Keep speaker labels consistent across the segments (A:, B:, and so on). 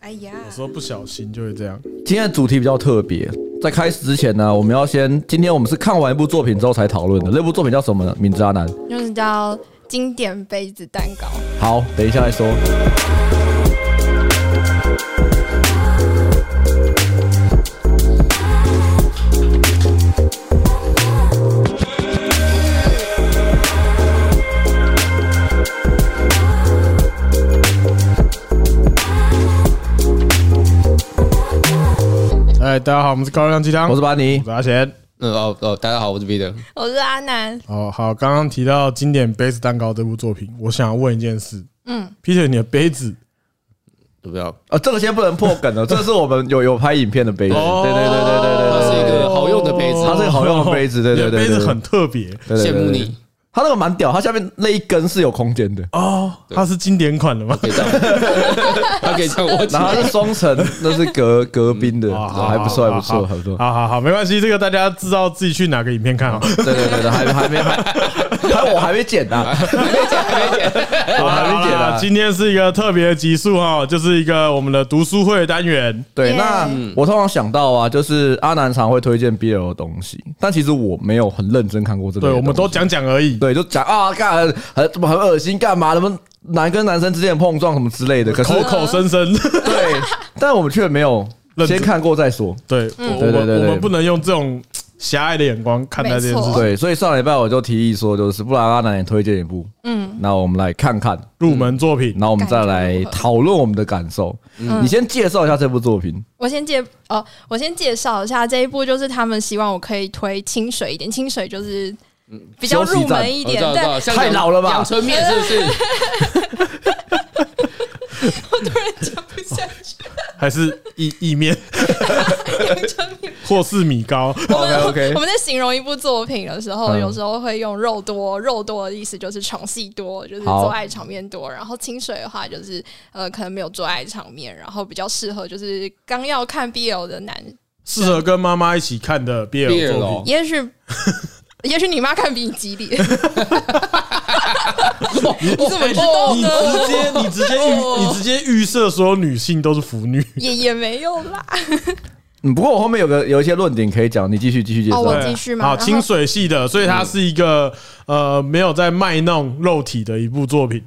A: 哎呀，
B: 有时候不小心就会这样。
C: 今天的主题比较特别，在开始之前呢，我们要先，今天我们是看完一部作品之后才讨论的。那部作品叫什么呢？名字阿南。
A: 就是叫经典杯子蛋糕。
C: 好，等一下再说。
B: 哎，大家好，我们是高热量鸡汤，
C: 我是班尼
B: 我，是阿贤。
D: 嗯哦哦，大家好，我是 Peter。
A: 我是阿南，
B: 哦，好，刚刚提到经典《杯子蛋糕》这部作品，我想问一件事，嗯，Peter，你的杯子
D: 不知道，
C: 啊，这个先不能破梗了，这是我们有有拍影片的杯子，
B: 哦
C: 对对对对对
D: 它
C: 对
D: 是
C: 对
D: 一个好用的杯子，
C: 它是一个好用的杯子对
B: 你
C: 对对
B: 的杯
C: 对
B: 子
C: 对
B: 很特别
C: 对，对
D: 羡慕你。
C: 它那个蛮屌，它下面那一根是有空间的，
B: 哦，它是经典款的吗？
D: 可以这样，它可以这样握起
C: 然后它
D: 来。
C: 是双层， 那是隔隔冰的，
B: 啊，好
C: 还不错，还
B: 好
C: 不错，
B: 好
C: 还不错。
B: 好好好，没关系，这个大家知道自己去哪个影片看好。
C: 对对对对，还还没还还我还没剪啊呢， 我还没啊
B: 好
C: 剪
B: 啦
C: 呢。
B: 今天是一个特别的集数哈，就是一个我们的读书会的单元。
C: 对，
A: Yeah
C: 那
B: 嗯
C: 我通常想到啊，就是阿南常会推荐 BL 的东西，但其实我没有很认真看过这个。
B: 对，我们都讲讲而已。
C: 对，就讲啊，干很很怎么很恶心，干嘛？什么男跟男生之间的碰撞什么之类的，可是
B: 口口声声，
C: 对，但我们却没有
B: 认真
C: 先看过再说。
B: 对，我
C: 对对
B: 我
C: 对
B: 们
C: 对
B: 我们不能用这种狭隘的眼光看待这件事
A: 没
B: 情
A: 错。
C: 对，所以上礼拜我就提议说，就是不然阿南也推荐一部，嗯，那我们来看看，
B: 入门作品
D: 嗯
C: 然后我们再
A: 感觉
C: 来
A: 如何
C: 讨论我们的感受。
B: 嗯
C: 你先介绍一下这部作 品，
A: 我先介哦，我先介绍一下这一部，就是他们希望我可以推清水一点，清水就是比较入门一
D: 我知
A: 点，
D: 道哦我知道
A: 对，
D: 像
C: 太老了吧
D: 阳春面是不是？
A: 突然讲不下去，
B: 还是意意 面
A: 阳春面。
B: 或是米糕，
A: 我们
C: OK，OK
A: 我们在形容一部作品的时候，
C: 嗯
A: 有时候会用肉多，肉多的意思就是床戏多，就是
C: 好
A: 做爱场面多。然后清水的话就是呃，可能没有做爱场面，然后比较适合就是刚要看 BL 的男，
B: 适合跟妈妈一起看的 BL 作
D: BL
B: 品。
A: 也许也许你妈看比你激烈，你怎么知道
B: 你
A: 呢？哦
B: 直接哦你直接 预你直接预设所有女性都是腐女，
A: 也也没有啦。
C: 嗯，不过我后面有个有一些论点可以讲，你继续继续介绍。
A: 哦我
B: 对
A: 继续嘛
B: 好，
A: 然后
B: 清水系的，所以它是一个呃没有在卖弄肉体的一部作品。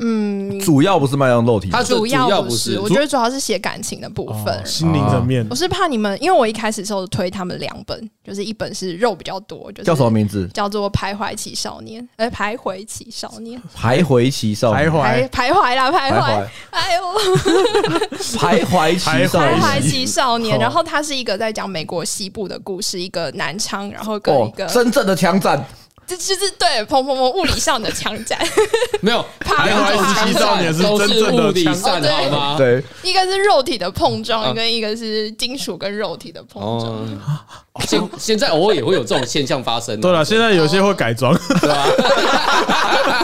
A: 嗯，
C: 主要不是卖弄肉体，
D: 它是主
A: 要
D: 要
A: 不
D: 不是
A: 我觉得主要是写感情的部分。
B: 哦心灵层面
A: 我是怕你们，因为我一开始的时候推他们两本，就是一本是肉比较多，就是
C: 叫什么名字？
A: 叫做《徘徊期少年》，哎，《徘徊期少年》
C: 徘徊骑少
B: 徘
A: 徘
C: 年，
B: 徊，
A: 徘徊啦，徘徊
C: 徊，
A: 哎呦，
C: 徘徊骑少
A: 徘徊
C: 年。
A: 期少年。
B: 好
A: 然后它是一个在讲美国西部的故事，一个南昌，然后跟一
C: 哦
A: 个，
C: 真正的枪战，
A: 这就是对砰砰砰物理上的枪战，
D: 没有，
A: 啪
B: 徘徊期少年是真正 的
D: 都是物理
B: 枪
D: 上
A: 哦
D: 好
B: 啊
D: 吗？
C: 对，
A: 一个是肉体的碰
D: 啊
A: 撞，跟一个是金属跟肉体的碰撞。
D: 哦， 现现在偶尔也会有这种现象发生啊。
B: 对
A: 嗯
B: 了，现在有些会改装，
D: 对啊吧？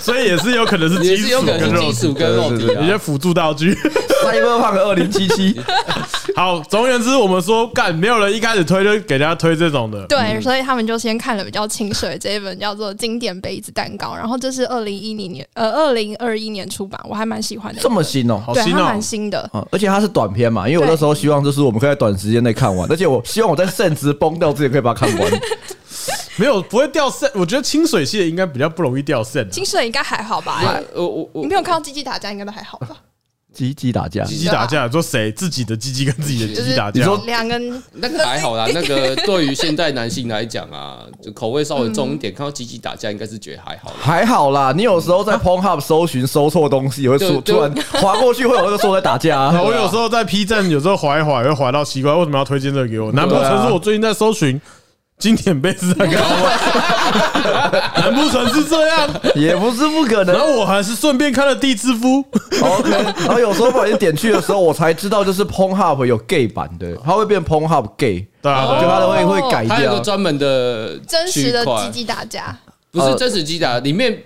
B: 所以也是有可能是
D: 也
B: 金
D: 是有
B: 属
D: 可
B: 跟
D: 能是
B: 肉
D: 金
B: 体，
D: 属跟肉体
C: 对
B: 有
D: 啊。
B: 些辅助道具。
C: Cyberpunk 二零 七七，
B: 好，总而言之，我们说干没有人一开始推就给大家推这种的，
D: 嗯
A: 对，所以他们就先看了比较清水这一本叫做《经典杯子蛋糕》，然后这是二零一零年呃二零二一年出版，我还蛮喜欢的。
C: 这么新哦。
B: 好
A: 对，
B: 新
A: 它
B: 哦
A: 蛮。新的。
C: 啊，而且它是短片嘛，因为我
A: 对
C: 那时候希望就是我们可以在短时间内 看完，而且我希望我在圣职崩掉之前可以把它看完。
B: 没有不会掉线，我觉得清水系的应该比较不容易掉线。啊
A: 清水应该还好吧？
D: 哎我我我
A: 你没有看到鸡鸡打架，应该都还好吧？
C: 鸡鸡打架，
B: 鸡鸡打架，说谁自己的鸡鸡跟自己的鸡鸡打架？
A: 两个人
D: 那个还好啦，那个对于现代男性来讲啊，就口味稍微重一
C: 嗯
D: 点，看到鸡鸡打架应该是觉得还好啦。
C: 还好啦。你有时候
B: 啊
C: 在 Pornhub 搜寻搜错东西，也会出
D: 就就
C: 突然划过去会有那个说在打 架啊。
B: 然后我有时候在 P 站，有时候滑一滑，也会滑到奇怪，为什么要推荐这个给我？难不成是我最近在搜寻经典贝斯蛋糕吗？难不成是这 样？
C: 也不是不可能哦
B: 然。后我还是顺便看了《地之夫》，
C: OK，然后有时候不小心点去的时候，我才知道就是 Pornhub 有 gay 版的，它会变 Pornhub gay，
B: 对
C: 就
B: 啊，对啊
C: 它都
A: 哦
C: 会会改
D: 它有
C: 掉
D: 个。专门的
A: 真实的
D: 区块
A: 鸡鸡打架，
D: 不是
C: 呃
D: 真实机打，里面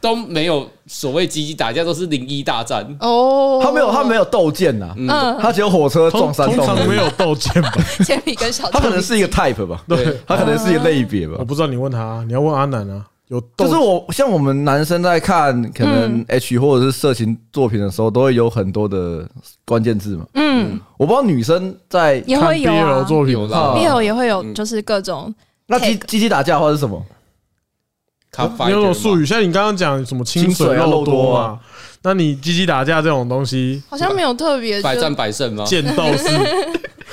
D: 都没有所谓机机打架，都是零一大战。
A: 哦，
C: 它没有，它没有斗剑呐，
A: 嗯，
C: 它只有火车
B: 通
C: 撞山
B: 通
C: 洞
B: 常没
C: 而已。
B: 有斗剑吧？
A: 铅笔跟小
C: 它可能
A: 豆
C: 是一个 type 吧，
B: 对，嗯
C: 它可能是一个类别吧
B: 我。不知道，你问他，你要问阿南啊。有
C: 就
B: 豆
C: 是我像我们男生在看可
A: 嗯
C: 能 H 或者是色情作品的时候，都会有很多的关键字嘛。
A: 嗯，
C: 我不知道女生在
A: 也
B: 看
A: 会有
B: BL
A: 啊
B: 作品
D: 有啦
C: 啊
A: ，BL 也会
D: 嗯
A: 有，就是各种
C: 那鸡
A: tag
C: 鸡鸡打架的话是什么？
D: 咖
B: 啊你有种术
D: 语，
B: 语，像你刚刚讲什么清
C: 清
B: 水
C: 水啊
B: 肉
C: 肉多
B: 多嘛
C: 啊，
B: 那你鸡鸡打架这种东西，
A: 好像没有特别，就
D: 嗯百战百胜吗？
B: 剑道 是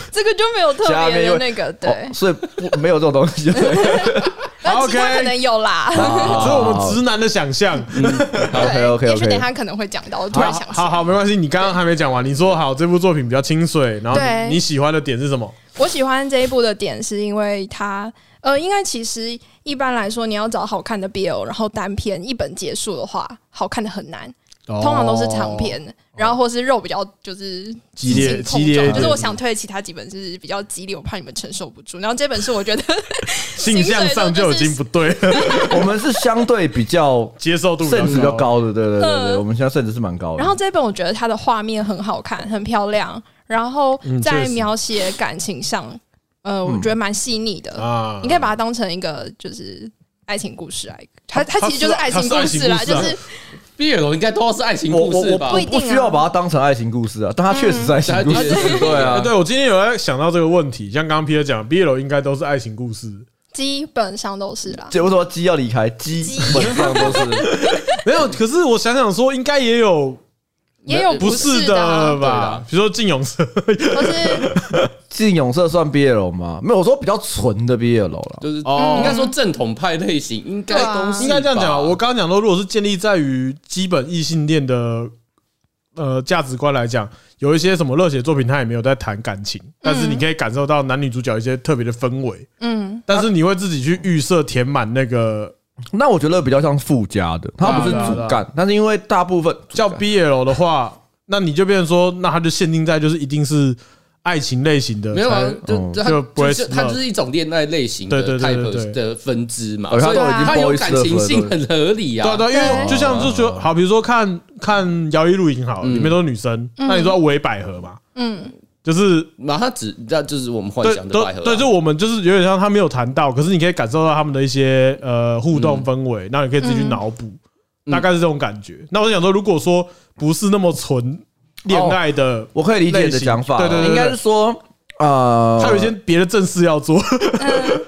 A: 这个就没有特别的那个，
C: 哦
A: 对，，
C: 所以不没有这种东
B: 啊
C: 西。
A: 但其 他
B: OK
A: 可能有啦。
B: 这是我们直男的想象。
C: 嗯 OK
A: 对
C: OK
A: 也许等一
C: OK，
A: 下可能会讲到，我突
B: 好
A: 然想起
B: 好好，没关系，你刚刚还没讲完。你说好这部作品比较清水，然后
A: 对
B: 你你喜欢的点是什么？
A: 我喜欢这一部的点是因为它，呃，应该其实一般来说，你要找好看的 BL，然后单篇一本结束的话，好看的很难，
B: 哦
A: 通常都是长篇，然后或是肉比较就是
B: 激
A: 情
B: 烈
A: 痛
B: 激烈一
A: 重
B: 点
A: 就是我想推的其他几本是比较激烈，我怕你们承受不住。然后这本是我觉得
B: 性向上就已经不对了，
C: 我们是相对比较
B: 接受度
C: 甚值比较。高的，对对对对，
A: 嗯
C: 我们现在甚值是蛮
B: 哦
C: 高的。
A: 然后这本我觉得它的画面很好看，很漂亮，然后
B: 嗯确
A: 在
B: 实嗯
A: 描写感情上，呃，我觉得蛮细腻的。
B: 啊
A: 你可以把它当成一个就是爱情故事来，它它
B: 它
A: 其实就是
B: 是啊
A: 爱情故事啦，
B: 它是爱情
A: 就
B: 故事啊
A: 是
D: 毕业楼应该都是爱情
C: 我
D: 故
C: 我
D: 事
C: 我
D: 吧
A: 不？一定
C: 不
A: 啊
C: 需要把它当成爱情故事
B: 嗯
C: 啊，但它确实是爱情故
D: 嗯
C: 事，
D: 它
C: 对
B: 哎
C: 啊，
B: 对，我今天有在想到这个问题，像刚刚 Peter 讲，BL 应该都是爱情故事，
A: 基本上都是啦。
C: 结果说鸡要离开，鸡
A: 鸡
C: 基本上都是。
B: 没有。可是我想想说，应该也有
A: 也有
D: 不
A: 是的
B: 的
A: 啊，
B: 吧？比如说禁 勇社，
A: 都是
C: 进永社算 BL 吗？没有，我说比较纯的 BL 了。
D: 就是
A: 嗯
B: 哦
D: 应该说正统派类型，应该都是
B: 应该这样讲啊。
D: 吧
B: 我刚刚讲说，如果是建立在于基本异性恋的呃价值观来讲，有一些什么热血作品，它也没有在谈感情，但是你可以感受到男女主角一些特别的氛围，
A: 嗯，
B: 但是你会自己去预设填满那个
C: 那我觉得比较像附加的，它不是
B: 对啊
C: 主
B: 对啊
C: 干，但是因为大部分
B: 叫 BL 的话，那你就变成说，那它就限定在就是一定是爱情类型的，
D: 没有啊
B: 才，哦
D: 就
C: 嗯
B: 就
D: 就它
B: 不会
D: 就是
B: smug
D: 它就是一种恋爱类型的
B: 对对对
D: type
B: 对对
D: 的分支嘛，
C: 哦它
D: 所以
A: 都已经
D: 它有
C: boys
D: 感情性很合理
B: 对
D: 啊
B: 啊。对啊，因为
A: 对
B: 就像就觉得好，比如说看看摇一露营好了，
D: 嗯
B: 里面都是女生，
A: 嗯
B: 那你说围百合嘛，
A: 嗯，
B: 就是
D: 马上只那就是我们幻
B: 对
D: 想的
B: 都
D: 百合啊，
B: 对，就我们就是有点像他没有谈到，可是你可以感受到他们的一些呃互动氛围，那你可以自己去脑补，
D: 嗯
B: 大概是这种感觉。那我想说，如果说不是那么纯恋爱的，
C: 哦我可以理解你的想法，啊
B: 类型对对对对
C: 应该是说，呃，
B: 他有一些别的正事要做，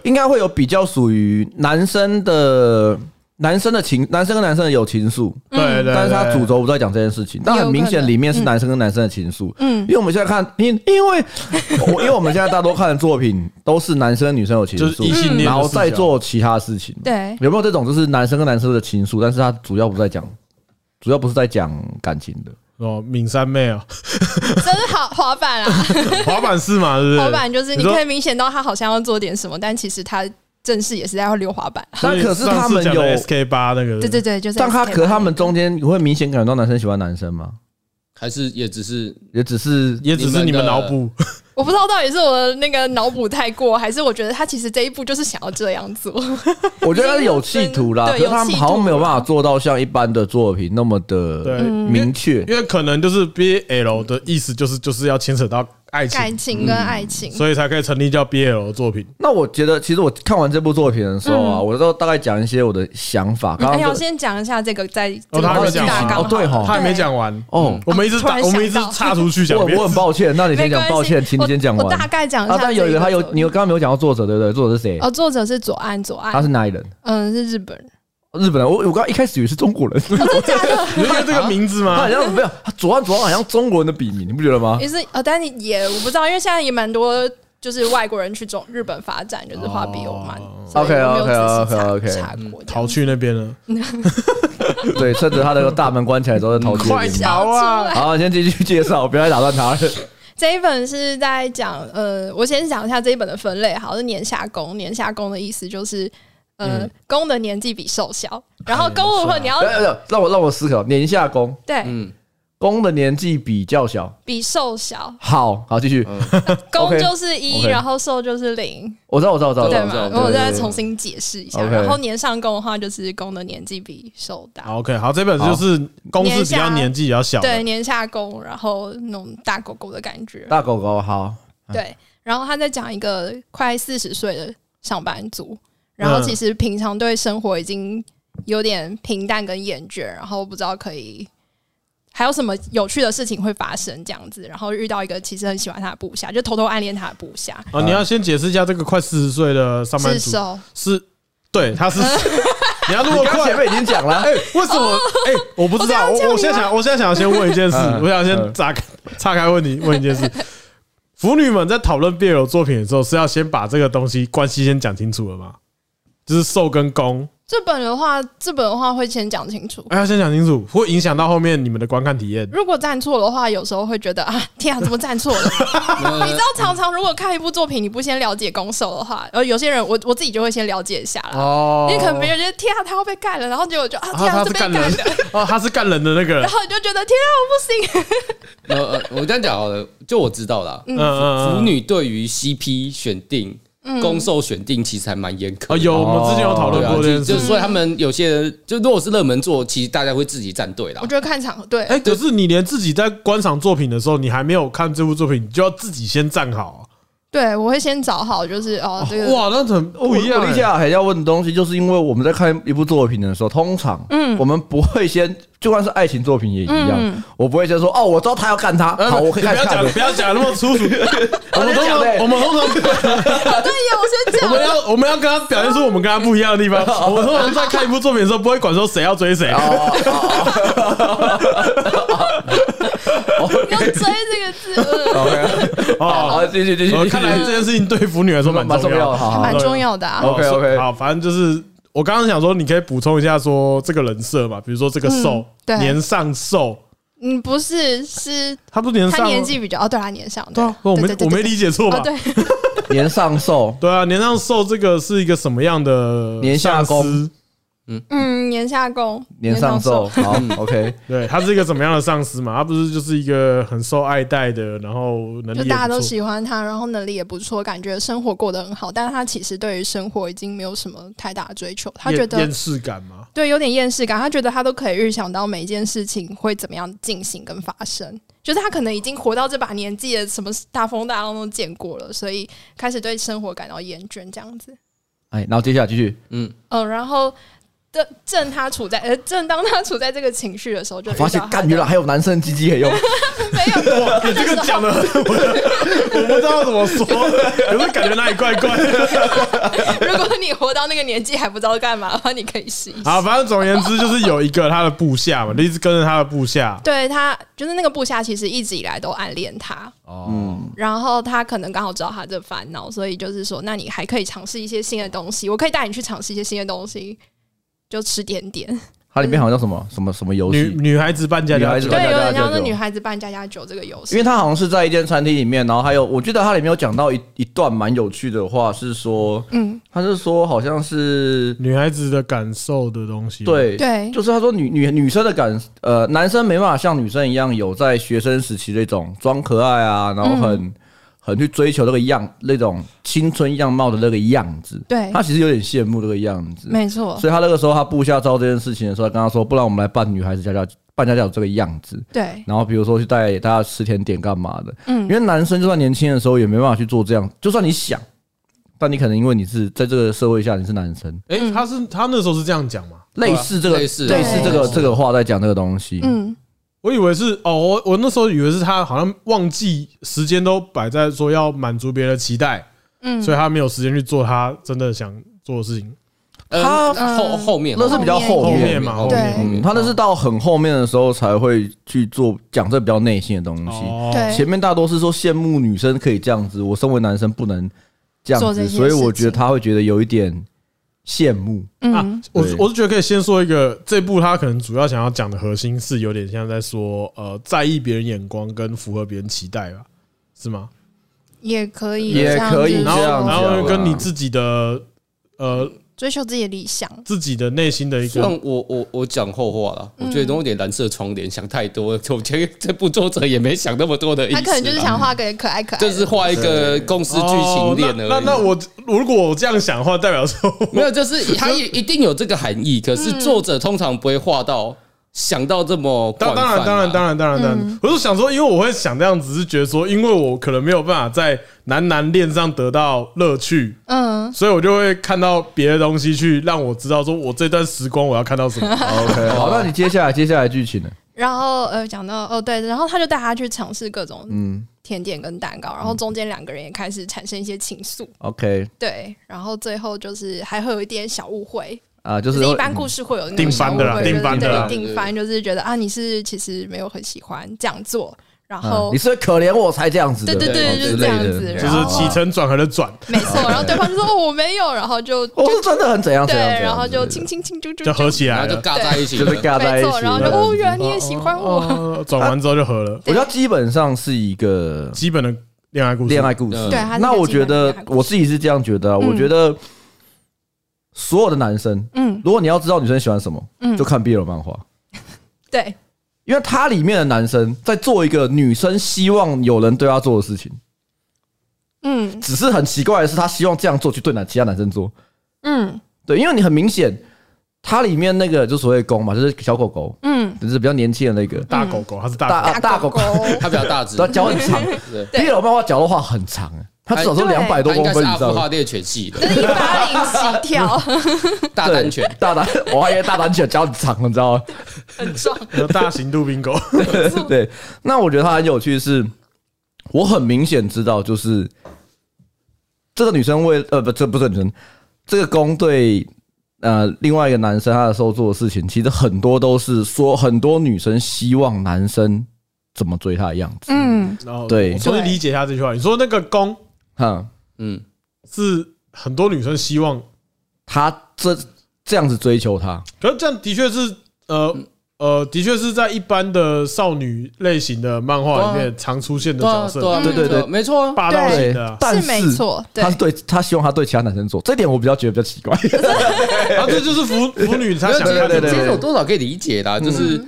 C: 应该会有比较属于男生的男生的情，男生跟男生的有情愫，
B: 对对对，
C: 嗯但是他主轴不在讲这件事情，但很明显里面是男生跟男生的情愫，嗯，因为我们现在看，因因为 我因为我们现在大多看的作品都是男生跟女生有情
B: 就是异性恋
C: 愫，
B: 的
C: 然后
B: 视角
C: 再做其他事情，
A: 对，
C: 有没有这种就是男生跟男生的情愫，但是他主要不在讲，主要不是在讲感情的，
B: 哦，敏山妹啊，
A: 真是好滑板啊，
B: 滑板是嘛，是不是？
A: 滑板就是
B: 你
A: 你
B: 说
A: 可以明显到他好像要做点什么，但其实他正式也是在溜滑板。啊
C: 但可是他们有，
B: SK 八那个，
A: 对对对，就是
C: 但他
A: SK
C: 可是他们中间你会明显感觉到男生喜欢男生吗？
D: 还是也只是
C: 也只是
B: 也只是你们脑补，
A: 我不知道到底是我的那个脑补太过，还是我觉得他其实这一步就是想要这样 做。
C: 我觉得他是有企图啦，可
A: 对
C: 是他们好像没有办法做到像一般的作品那么
B: 对
C: 的明确。
B: 因为可能就是 BL 的意思就是就是要牵扯到爱
A: 感
B: 情，
A: 情跟爱情，
B: 所以才可以成立叫 BL 作品。
C: 那我觉得，其实我看完这部作品的时候啊，我都大概讲一些我的想法。刚
A: 哎呀，
C: 刚
A: 我
C: 就
A: 先讲一下这个，在这
B: 哦他
A: 个
B: 还没
A: 东西
B: 讲
A: 大
B: 完
A: 纲好了，
C: 哦对吼
B: 他还没讲完，嗯
C: 哦，
B: 我们一直
A: 突
B: 打，
A: 然
B: 我们一直
A: 想到
B: 岔出去讲
C: 我
B: 别的，
C: 我很抱歉，那你先
A: 没关
C: 讲
A: 系，
C: 抱歉，请你
A: 我
C: 先讲
A: 我
C: 完
A: 大概讲一下
C: 啊。
A: 这个作品。
C: 但有一个他有，你刚刚没有讲到作者，对不对？作者是谁？
A: 哦，作者是左岸，左
C: 他
A: 岸，
C: 是哪里人？
A: 嗯，是日 本人，
C: 日本人。我我刚刚一开始以为是中国人，
B: 你就觉得这个名字
C: 他
B: 吗
C: 好？像没有，他左岸左岸好像中国人的笔名，你不觉得吗？
A: 也是呃，但是也我不知道，因为现在也蛮多就是外国人去中日本发展，就是画比欧曼
B: 哦
A: 所以我没有
C: OK，OK，OK，OK
A: 仔细查查过这样。
B: 逃去那边了，
C: 对，趁着他的大门关起来之后再逃出
B: 快
C: 去。
B: 逃啊！
C: 好，先继续介绍，不要再打断他了。
A: 这一本是在讲，呃，我先讲一下这一本的分类，好，是年下攻。年下攻的意思就是，呃，公的年纪比瘦小，然后公的话你要
C: 嗯哎哎哎让我让我思考，年下攻，
A: 对
D: 嗯，
C: 攻的年纪比较小。
A: 比瘦小，
C: 好好，继续。
A: 公
C: OK，
A: 就是一，
C: OK 哦
A: 然后瘦就是零，
C: 我知道，我知道，我知道，
D: 对
A: 对
C: 我知道
A: 吗
D: 对？对
A: 我再重新解释一下，
C: OK
A: 然后年上攻的话就是公的年纪比瘦大，
B: 好，OK，好，这本就是公司比较年纪比较小的，
A: 对，年下攻，然后那种大狗狗的感觉，
C: 大狗狗好。
A: 对。然后他在讲一个快四十岁的上班族，然后其实平常对生活已经有点平淡跟厌倦，然后不知道可以还有什么有趣的事情会发生这样子，然后遇到一个其实很喜欢他的部下，就偷偷暗恋他的部下，
B: 啊，你要先解释一下这个快四十岁的上班
A: 是
B: 族
A: 手
B: 是，对，他是， 你要如果
C: 我刚
B: 快
C: 前。面已经讲了
B: 哎、，为什么？哎、我不知道。
A: 哦我这样叫你吗啊
B: 我我现在想，我现在想要先问一件事，
C: 嗯
B: 我想先
C: 嗯
B: 岔开岔开问你问一件事。腐女们在讨论 BL 作品的时候，是要先把这个东西关系先讲清楚了吗？就是受跟攻，
A: 这本的话，这本的话会先讲清楚。
B: 哎，要先讲清楚，会影响到后面你们的观看体验。
A: 如果站错的话，有时候会觉得啊，天啊，怎么站错 了？你知道，常常如果看一部作品，你不先了解攻受的话，呃，有些人我我自己就会先了解一下啦。
B: 哦
A: 因为可能别人觉得天啊，他要被干了，然后结果就啊，
B: 啊，
A: 天啊，
B: 他
A: 这
B: 是
A: 被
B: 干
A: 了
B: 人， 哦，他是干人的那个 人
A: 然，后你就觉得天啊，我不行。
D: 呃，呃我这样讲好了，就我知道啦。
B: 嗯嗯
A: 呃
D: 腐
B: 嗯，
D: 女对于 CP 选定、
A: 嗯
D: 攻受选定其实还蛮严
B: 啊，
D: 苛的。
B: 有，我们之前有讨
D: 对
B: 论
D: 啊，
B: 过这
D: 就
B: 件
C: 哦
A: 嗯
D: 就
B: 事。
D: 所以他们有些人，就如果是热门作，其实大家会自己站队啦
A: 我。觉得看场合对，
B: 哎，可是你连自己在观赏作品的时候，你还没有看这部作品，你就要自己先站好
A: 对我会先找好，就是哦
B: 啊。，
A: 这个
B: 哇，那很不
C: 我
B: 一样
C: 我
B: 哎。
C: 理解啊还要问的东西，就是因为我们在看一部作品的时候，通常，嗯，我们不会先，就算是爱情作品也一
B: 嗯
C: 样，我不会先说哦，我知道他要干他，好，我可以开
B: 欸不要
C: 始看
B: 讲，
C: 了。
B: 不要讲那么粗 俗。我们通
C: 讲的
B: 常，
C: 欸
B: 我们通常，
A: 对呀，我先
B: 我
A: 讲
B: 们 要，我们要跟他表现出我们跟他不一样的地方。
C: 哦
B: 我们通常在看一部作品的时候，不会管说谁要追谁。
A: 要追这个字 嗯，
C: 好，
B: 哦，
C: 好继续继续
B: 呃，
C: 继续
B: 看来这件事情对腐女来说蛮
C: 蛮
B: 重
C: 重
B: 要
C: 要
B: 的
C: 的，。好
A: 还
C: 好
A: 蛮重要的啊。
C: OK，
B: 哦
C: OK
B: 好，反正就是我刚刚想说，你可以补充一下说这个人设嘛，比如说这个瘦
A: 嗯，对
B: 年上瘦，
A: 嗯，不是，是
B: 他不是年上
A: 他
B: 吗，
A: 年纪比较哦，对他年上，
B: 对啊，我没我没理解错
A: 哦
B: 吧，？
A: 对，
C: 年上 寿，
B: 对啊，年上瘦这个是一个什么样的
C: 年下
B: 上
C: 攻
B: 司？
A: 嗯，年下攻，
C: 年上寿，好
B: 嗯
C: OK，
B: 对他是一个怎么样的上司嘛？他不是就是一个很受爱戴的，然后能力
A: 就
B: 也
A: 大家
B: 不
A: 都
B: 错
A: 喜欢他，然后能力也不错，感觉生活过得很好，但是他其实对于生活已经没有什么太大的追求，他
B: 厌
A: 觉得
B: 厌世感嘛。
A: 对有点厌世感，他觉得他都可以预想到每一件事情会怎么样进行跟发生，就是他可能已经活到这把年纪了，什么大风大浪都见过了，所以开始对生活感到厌倦这样子。
C: 哎，然后接下来继续，
D: 嗯，
A: 嗯，然后正正他处在呃正当他处在这个情绪的时候，就遇到
C: 发现
A: 他
C: 干
A: 的
C: 原来还有男生鸡鸡可以用，
A: 没有
B: 哇，你这个讲
A: 哦
B: 的，我 我不知道怎么说，可是感觉哪里怪怪的。
A: 如果你活到那个年纪还不知道干嘛的 话，你可以试一下。
B: 好，反正总而言之，就是有一个他的部下嘛，就一直跟着他的部下。
A: 对他，就是那个部下，其实一直以来都暗恋他，
C: 嗯，
A: 然后他可能刚好知道他这烦恼，所以就是说，那你还可以尝试一些新的东西，我可以带你去尝试一些新的东西，就吃点点。
C: 它里面好像叫什么什么什么游
B: 女
C: 戏，
B: 女孩子扮家
C: 女
B: 家
C: 孩子
B: 酒
C: 扮
A: 对，有
C: 家
A: 点
C: 家
A: 像
C: 酒
A: 那女孩子扮家家酒这个游
C: 啊因
A: 戏
C: 为。他好像是在一间餐厅里面，然后还有，我记得它里面有讲到一一段蛮有趣的话，是说，
A: 嗯，
C: 他是说好像是
B: 女孩子的感受的东西。，
C: 对
A: 对
C: 就是他说女女女生的感，呃，男生没办法像女生一样有在学生时期那种装可爱啊，然后很、
A: 嗯
C: 很去追求那个样那种青春样貌的那个样子。
A: 对
C: 他其实有点羡慕这个样子，
A: 没错，
C: 所以他那个时候他部下知道这件事情的时候，他跟他说，不然我们来扮女孩子家家扮家家有这个样子。
A: 对
C: 然后比如说去带大家吃甜点干嘛的，嗯，因为男生就算年轻的时候也没办法去做这样，就算你想，但你可能因为你是在这个社会下你是男生，
B: 哎，他是他那时候是这样讲嘛？
C: 类似这个
D: 类似
A: 对
C: 类似这个这个话在讲这个东西，
A: 嗯，
B: 我以为是哦，我我那时候以为是他好像忘记时间都摆在说要满足别人的期待，
A: 嗯
B: 所以他没有时间去做他真的想做的事情。
D: 呃，
C: 他
A: 嗯
D: 后后面
C: 那是比较后
B: 后
C: 面
B: 面嘛，后
A: 对
B: 面。
C: 嗯，他那是到很后面的时候才会去做讲这比较内心的东西，
B: 哦
A: 对
C: 前面大多是说羡慕女生可以这样子，我身为男生不能这
A: 做
C: 样
A: 这些
C: 子，
A: 事情
C: 所以我觉得他会觉得有一点羡慕，
B: 啊
A: 嗯，，
B: 我
C: 对
B: 我是觉得可以先说一个，这部他可能主要想要讲的核心是有点像在说，呃，在意别人眼光跟符合别人期待吧，是吗？
A: 也可以，
C: 也可以
A: 这
C: 这
B: 然后
A: 样子
C: 样子
B: 然
C: 啊
B: 后跟你自己的呃
A: 追求自己的理想，
B: 自己的内心的一
D: 虽然
B: 个，
D: 我我我讲后话了，
A: 嗯
D: 我觉得都有点蓝色窗帘，想太多。我觉得这部作者也没想那么多的意
A: 他
D: 思，
A: 可
D: 啊
A: 能就是想画个可爱可爱的，
D: 就是画一个公司剧情链而
B: 哦
D: 已。
B: 那那那我我如果我这样想的话，代表说
A: 嗯
D: 没有，就是他也一定有这个含义，可是作者通常不会画到想到这么
B: 当
D: 广
B: 当
D: 泛
B: 然
D: 啊
B: 当然当然当然当
A: 嗯
B: 然，我是想说，因为我会想这样子，是觉得说，因为我可能没有办法在男男恋上得到乐趣，
A: 嗯，
B: 所以我就会看到别的东西去让我知道，说我这段时光我要看到什么。
C: OK，好，那你接下来接下来剧情呢？
A: 然后呃讲到哦对，然后他就带他去尝试各种
C: 嗯
A: 甜点跟蛋糕，然后中间两个人也开始产生一些情愫，
C: ，OK
A: 对，然后最后就是还会有一点小误会，
C: 啊，就
A: 就是是一般故事会有那种
B: 嗯定番的啦
A: 小误会
B: 定番的啦
A: 就是对定番就是觉得啊你是其实没有很喜欢这样做，然
C: 啊
A: 后
C: 你是不是可怜我才这样子的，
A: 对对对
C: 哦
A: 就是
C: 之
A: 这样
C: 类的
A: 子
B: 就
A: 然后
B: 是起承转合的转，
A: 没错，然后对方就说哦我没有，然后就
C: 我
A: 就是
C: 真的很哦怎样
A: 对
C: 怎样，怎样，
A: 然后就
C: 之类
A: 亲亲亲啾啾，
B: 就合起
D: 然
B: 来
D: 后就
B: 了。
D: 尬在一起
C: 的
D: 了，
C: 就是尬在
A: 没
C: 一
A: 错，
C: 起，嗯
A: 然后就
C: 这样子
A: 哦原来你也喜欢我，
B: 哦， 转完之后就合了，
C: 我觉得基本上是一个
B: 基本的恋爱故事。
C: 恋爱故事
D: 嗯。
A: 对，他是
C: 那
A: 个
C: 我
A: 基
C: 觉
A: 本的
C: 得
A: 恋爱故
C: 我
A: 事
C: 自己是这样觉得啊，我
A: 嗯
C: 觉得所有的男生，
A: 嗯
C: 如果你要知道女生喜欢什么，
A: 嗯
C: 就看 BL 漫画，
A: 对
C: 因为它里面的男生在做一个女生希望有人对她做的事情，
A: 嗯
C: 只是很奇怪的是，他希望这样做去对男其他男生做，
A: 嗯
C: 对，因为你很明显，它里面那个就所谓公嘛，就是小狗狗，
A: 嗯
C: 就是比较年轻的那个，
B: 大狗狗，它是大狗
C: 大
B: 狗
C: 啊大狗
A: 狗
C: 狗，
D: 他比较大只，
C: 它脚很长
D: 对，
A: 对
C: ，BL 漫画角的话很长，它至少都
A: 哎对
C: 两百多
D: 他应
C: 公
D: 该是
C: 分以
D: 阿富
C: 上，
D: 汗猎犬系的
A: 这是一八零起 跳，
D: 大单犬，
C: 大胆， 我还以为大胆犬脚很长，你知道吗？
A: 很壮，
B: 有 大型杜宾狗，
D: 嗯
C: 对，那我觉得它很有趣的是，我很明显知道，就是这个女生为呃不，这不是女生，这个公对呃另外一个男生他的时候做的事情，其实很多都是说很多女生希望男生怎么追她的样子，
A: 嗯
B: 然后
C: 对
B: 我终于理解一下这句话。你说那个公
C: 哈，
D: 嗯，
B: 是很多女生希望，
C: 他这这样子追求她，
B: 可是这样的确是呃
D: 嗯
B: 呃，的确是在一般的少女类型的漫画里面常出现的
D: 对
B: 角
D: 啊
B: 色，
D: 对啊
A: 嗯
D: 没
C: 对
D: 错
C: 对对
D: 没错啊，
B: 霸道型
C: 对
B: 的啊，，
C: 但
A: 是没错，对
C: 他是对他希望他对其他男生做，这点我比较觉得比较奇怪。
B: 然
D: 啊
B: 后这就是腐腐女她
D: 没有
B: 想看
D: 这
B: 的
C: 对对
D: 个
C: 对
D: 其
C: 对
D: 实我多少可以理解啦，
C: 嗯
D: 就是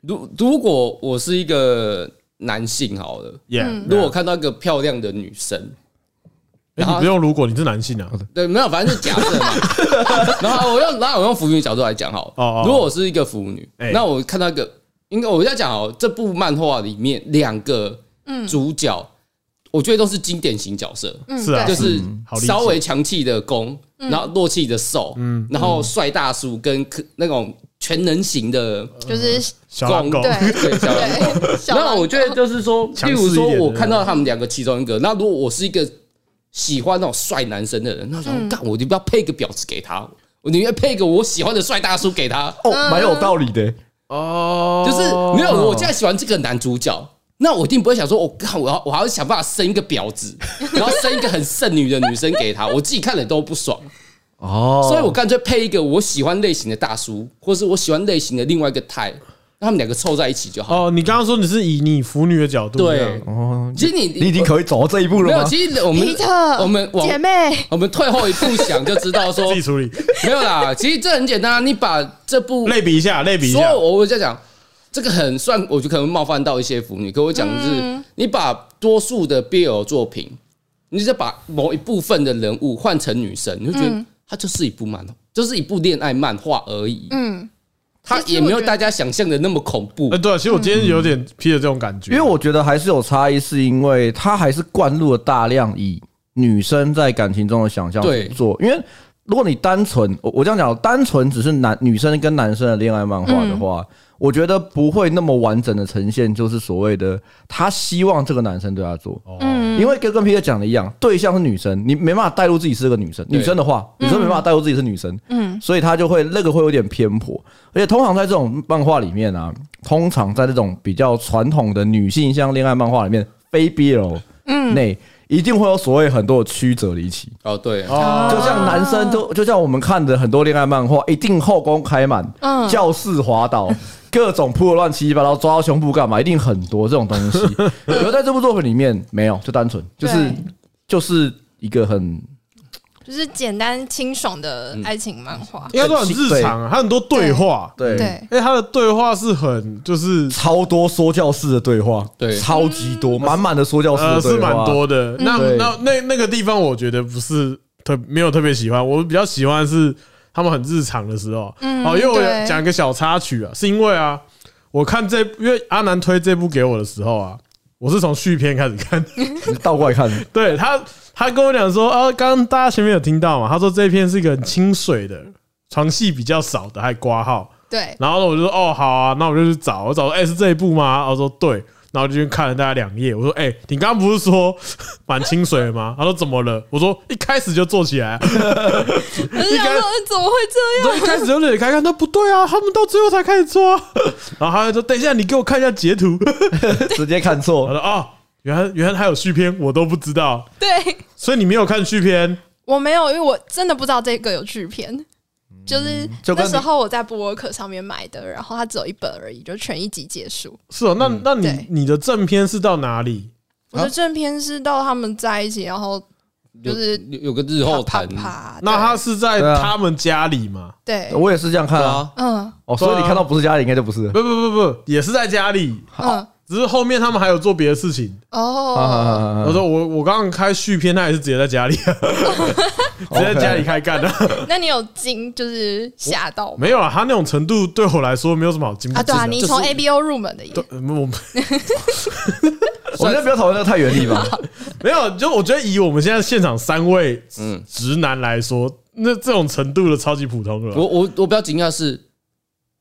D: 如如果我是一个男性好了，
B: ，yeah。
C: 嗯
D: 如果看到一个漂亮的女生，
B: 哎，你不用，如果你是男性
C: 哦
B: 啊，
D: 对，没有，反正是假设嘛。 然后我用，然后我用腐女角度来讲好了
B: 哦哦哦
D: 如果我是一个腐女，
B: 哎
D: 那我看到一个，应该我要讲哦，这部漫画里面两个主角，我觉得都是经典型角色，
A: 嗯
B: 是啊
A: 对
D: 就是
B: 好理解嗯
D: 稍微强气的攻，然后弱气的受，然后帅大叔跟可那种全能型的
A: 就是
B: 小狼狗
A: 对
D: 对小狼狗。
A: 对，小
D: 那
A: 狼
D: 我觉得
A: 狗
D: 就是说，
B: 强
D: 例
B: 势
D: 如说
B: 一点的
D: 我看到他们两个其中一个，那如果我是一个喜欢那种帅男生的人，那我
B: 嗯
D: 想干，我就不要配一个婊子给他，我宁愿配一个我喜欢的帅大叔给他。
C: 哦，蛮有道理的。
B: 哦
D: 就是没有，我现在喜欢这个男主角，那我一定不会想说，我看我要我还要想办法生一个婊 子，然后生一个很剩女的女生给他，我自己看了都不爽，
C: 哦，
D: 所以我干脆配一个我喜欢类型的大叔，或是我喜欢类型的另外一个泰，让他们两个凑在一起就好。
B: 哦，你刚刚说你是以你腐女的角度，这
D: 对
B: 样，
C: 哦，
D: 其实你
C: 你已经可以走到这一步
D: 没
C: 了
D: 有，
C: 吗？
D: 其实我们
A: 皮特，
D: 我们往
A: 姐妹，
D: 我们退后一步想就知 道
B: 自
D: 说
B: 己处理，
D: 没有啦，其实这很简单啊，你把这部
B: 类比一下，类比一
D: 所
B: 下
D: 有，我我在讲这个很算，我就可能冒犯到一些腐女，可我讲的
A: 嗯
D: 是，你把多数的 BL 作品，你就把某一部分的人物换成女生，你就觉
A: 嗯
D: 得它就是一部漫，就是一部恋爱漫画而已，
A: 嗯，
D: 它也没有大家想象的那么恐怖
B: 哎，。对啊，其实我今天有点披着这种感觉，
C: 因为我觉得还是有差异，是因为它还是灌入了大量以女生在感情中的想象
D: 对
C: 去做。因为如果你单纯，我我这样讲，单纯只是男女生跟男生的恋爱漫画的话，
D: 嗯
C: 我觉得不会那么完整的呈现，就是所谓的他希望这个男生对他做。因为跟跟 Peter 讲的一样，对象是女生，你没办法带入自己是个女生。
D: 对
C: 女生的话，女生没办法带入自己是女生，
A: 嗯
C: 嗯，所以她就会那个会有点偏颇。而且通常在这种漫画里面啊，通常在这种比较传统的女性向恋爱漫画里面，非 BL 内一定会有所谓很多的曲折离奇。
D: 哦，对，
B: 哦，
C: 就像男生就就像我们看的很多恋爱漫画，一定后宫开满，
A: 嗯
C: 教室滑 倒，各种扑的乱七八糟，抓到胸部干嘛？一定很多这种东 西。可是在这部作品里面没有，就单纯就是
A: 对
C: 就是一个很
A: 就是简单清爽的爱情漫画，
B: 应该说很日常啊，它很多对话，
C: 对
A: 对，
B: 哎，他的对话是很就是
C: 超多说教式的对话，
D: 对
C: 超级多，满满的说教式
B: 呃
C: 的
B: 是
C: 对话，
B: 蛮多的。
A: 嗯
B: 那
C: 对
B: 那那那个地方，我觉得不是特没有特别喜欢，我比较喜欢是。他们很日常的时候。
A: 嗯
B: 哦，因为我
A: 对
B: 讲一个小插曲啊，是因为啊，我看这因为阿南推这部给我的时候啊，我是从续篇开始看，
C: 你倒过 来看，
B: 对他他跟我讲说，啊，刚刚大家前面有听到嘛，他说这篇是一个很清水的。床戏比较少的，还挂号，
A: 对，
B: 然后呢，我就说哦好啊，那我就去找，我找说哎、是这一部吗？然后说对，然后就去看了大概两页，我说哎、你刚刚不是说 蛮清水的吗？他说怎么了？我说一开始就做起来啊，
A: 我就想说嗯怎么会这 样？
B: 对，一开始就裂开看，那不对啊，他们到最后才开始抓，然后他就说等一下你给我看一下截图，
C: 直接看
B: 我
C: 错。
B: 说哦，原来原来还有续篇，我都不知道，
A: 对
B: 所以你没有看续篇，
A: 我没有，因为我真的不知道这个有剧片。就是
C: 嗯就跟
A: 那
C: 你
A: 时候我在博沃克上面买的，然后它只有一本而已，就全一集结束。
B: 是哦，那那你
A: 对
B: 你的正片是到哪里？
A: 我的正片是到他们在一起，然后就是
D: 有有个日后
A: 啪
D: 谈，
A: 啪啪
B: 那他是在
C: 对啊
B: 他们家里吗？
A: 对，
C: 我也是这样看
D: 对
C: 啊，
D: 啊，
A: 嗯
C: 哦，所以你看到不是家里，应该就不是了。
B: 不不不不，也是在家里，
A: 嗯
B: 只是后面他们还有做别的事情。
C: 啊啊啊
A: 哦，
C: 啊啊
B: 我说我我刚刚开续篇，他也是直接在家 里，直接在家里开干的。
A: 那你有惊就是吓到吗？
B: 没有啊，他那种程度对我来说没有什么好惊
A: 啊，
B: 不
A: 对啊，
B: 惊
A: 你
B: 的
A: 从 A B O 入门的耶，
B: 对，呃我
C: 我们先不要讨论那个太远的地方，
B: 没有，就我觉得以我们现在现场三位
D: 嗯
B: 直男来说，那这种程度的超级普通了
D: 我。我我比较惊讶是，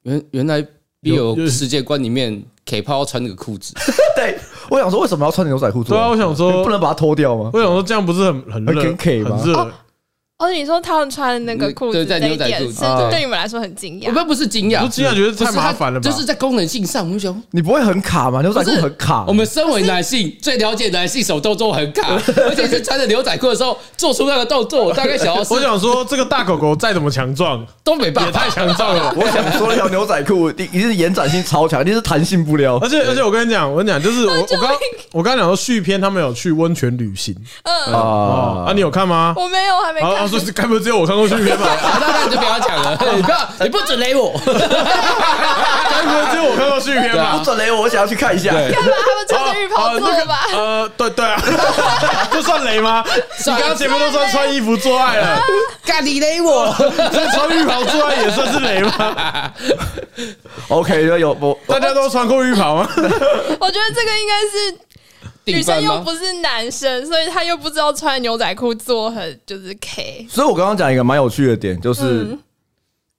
D: 原原来 B
B: 有有
D: 有世界观里面 K 泡要穿那个裤 子，
C: 对，我想说为什么要穿牛仔裤做？
B: 对啊，我想
C: 你
B: 说
C: 不，能把它脱掉吗？
B: 我想说这样不是很很热
C: 很 gay 吗
B: 很热
A: 哦。哦，你说他们穿的那个裤子
D: 对在
A: 这一
D: 牛仔
A: 点
D: 裤
A: 是
C: 啊
A: 对你们来说很惊
D: 我
A: 讶，
D: 们不是惊讶，
B: 不是惊讶觉得太
D: 不是
B: 麻烦了吧
D: 它就是在功能性上，我们就想。
C: 你不会很卡吗？牛仔裤很卡，
D: 我们身为男性，最了解男性手动作很 卡，而且是穿着牛仔裤的时候做出那个动作，我大概想要是
B: 我想说，这个大狗狗再怎么强壮，
D: 都没办
B: 也
D: 法
B: 太。强壮了。
C: 我想说那条牛仔裤一定是延展性超强，一定是弹性不了
B: 而。且而且，我跟你讲，我跟你讲，就是我我刚我刚刚讲说续篇他们有去温泉旅行
A: 嗯，
B: 哦
C: 啊
B: 啊，你有看吗？
A: 我没有，还没
B: 啊啊，
A: 看
B: 所。以该不会只有我看过续篇吧？
D: 啊那那你就不要讲 了，你不要，你不准雷我。
B: 啊该不会只有我看过续篇吧
C: 不？准雷我，我想要去看一下。
D: 对
A: 干嘛他们穿着浴袍做的吧
B: 啊？那个呃，对对啊， 这算雷吗？你
D: 啊
B: 刚刚前面都算穿衣服做爱了，
D: 干你雷我！
B: 这穿浴袍
D: 啊
B: 做爱也算是雷吗？
C: OK，就有我
B: 大家都穿过浴袍吗？
A: 我觉得这个应该是女
D: 顶
A: 生
D: 分
A: 又
D: 吗？
A: 不是男生，所以他又不知道穿牛仔裤做很就是嗯 K，
C: 所以我刚刚讲一个蛮有趣的点，就是、
B: 嗯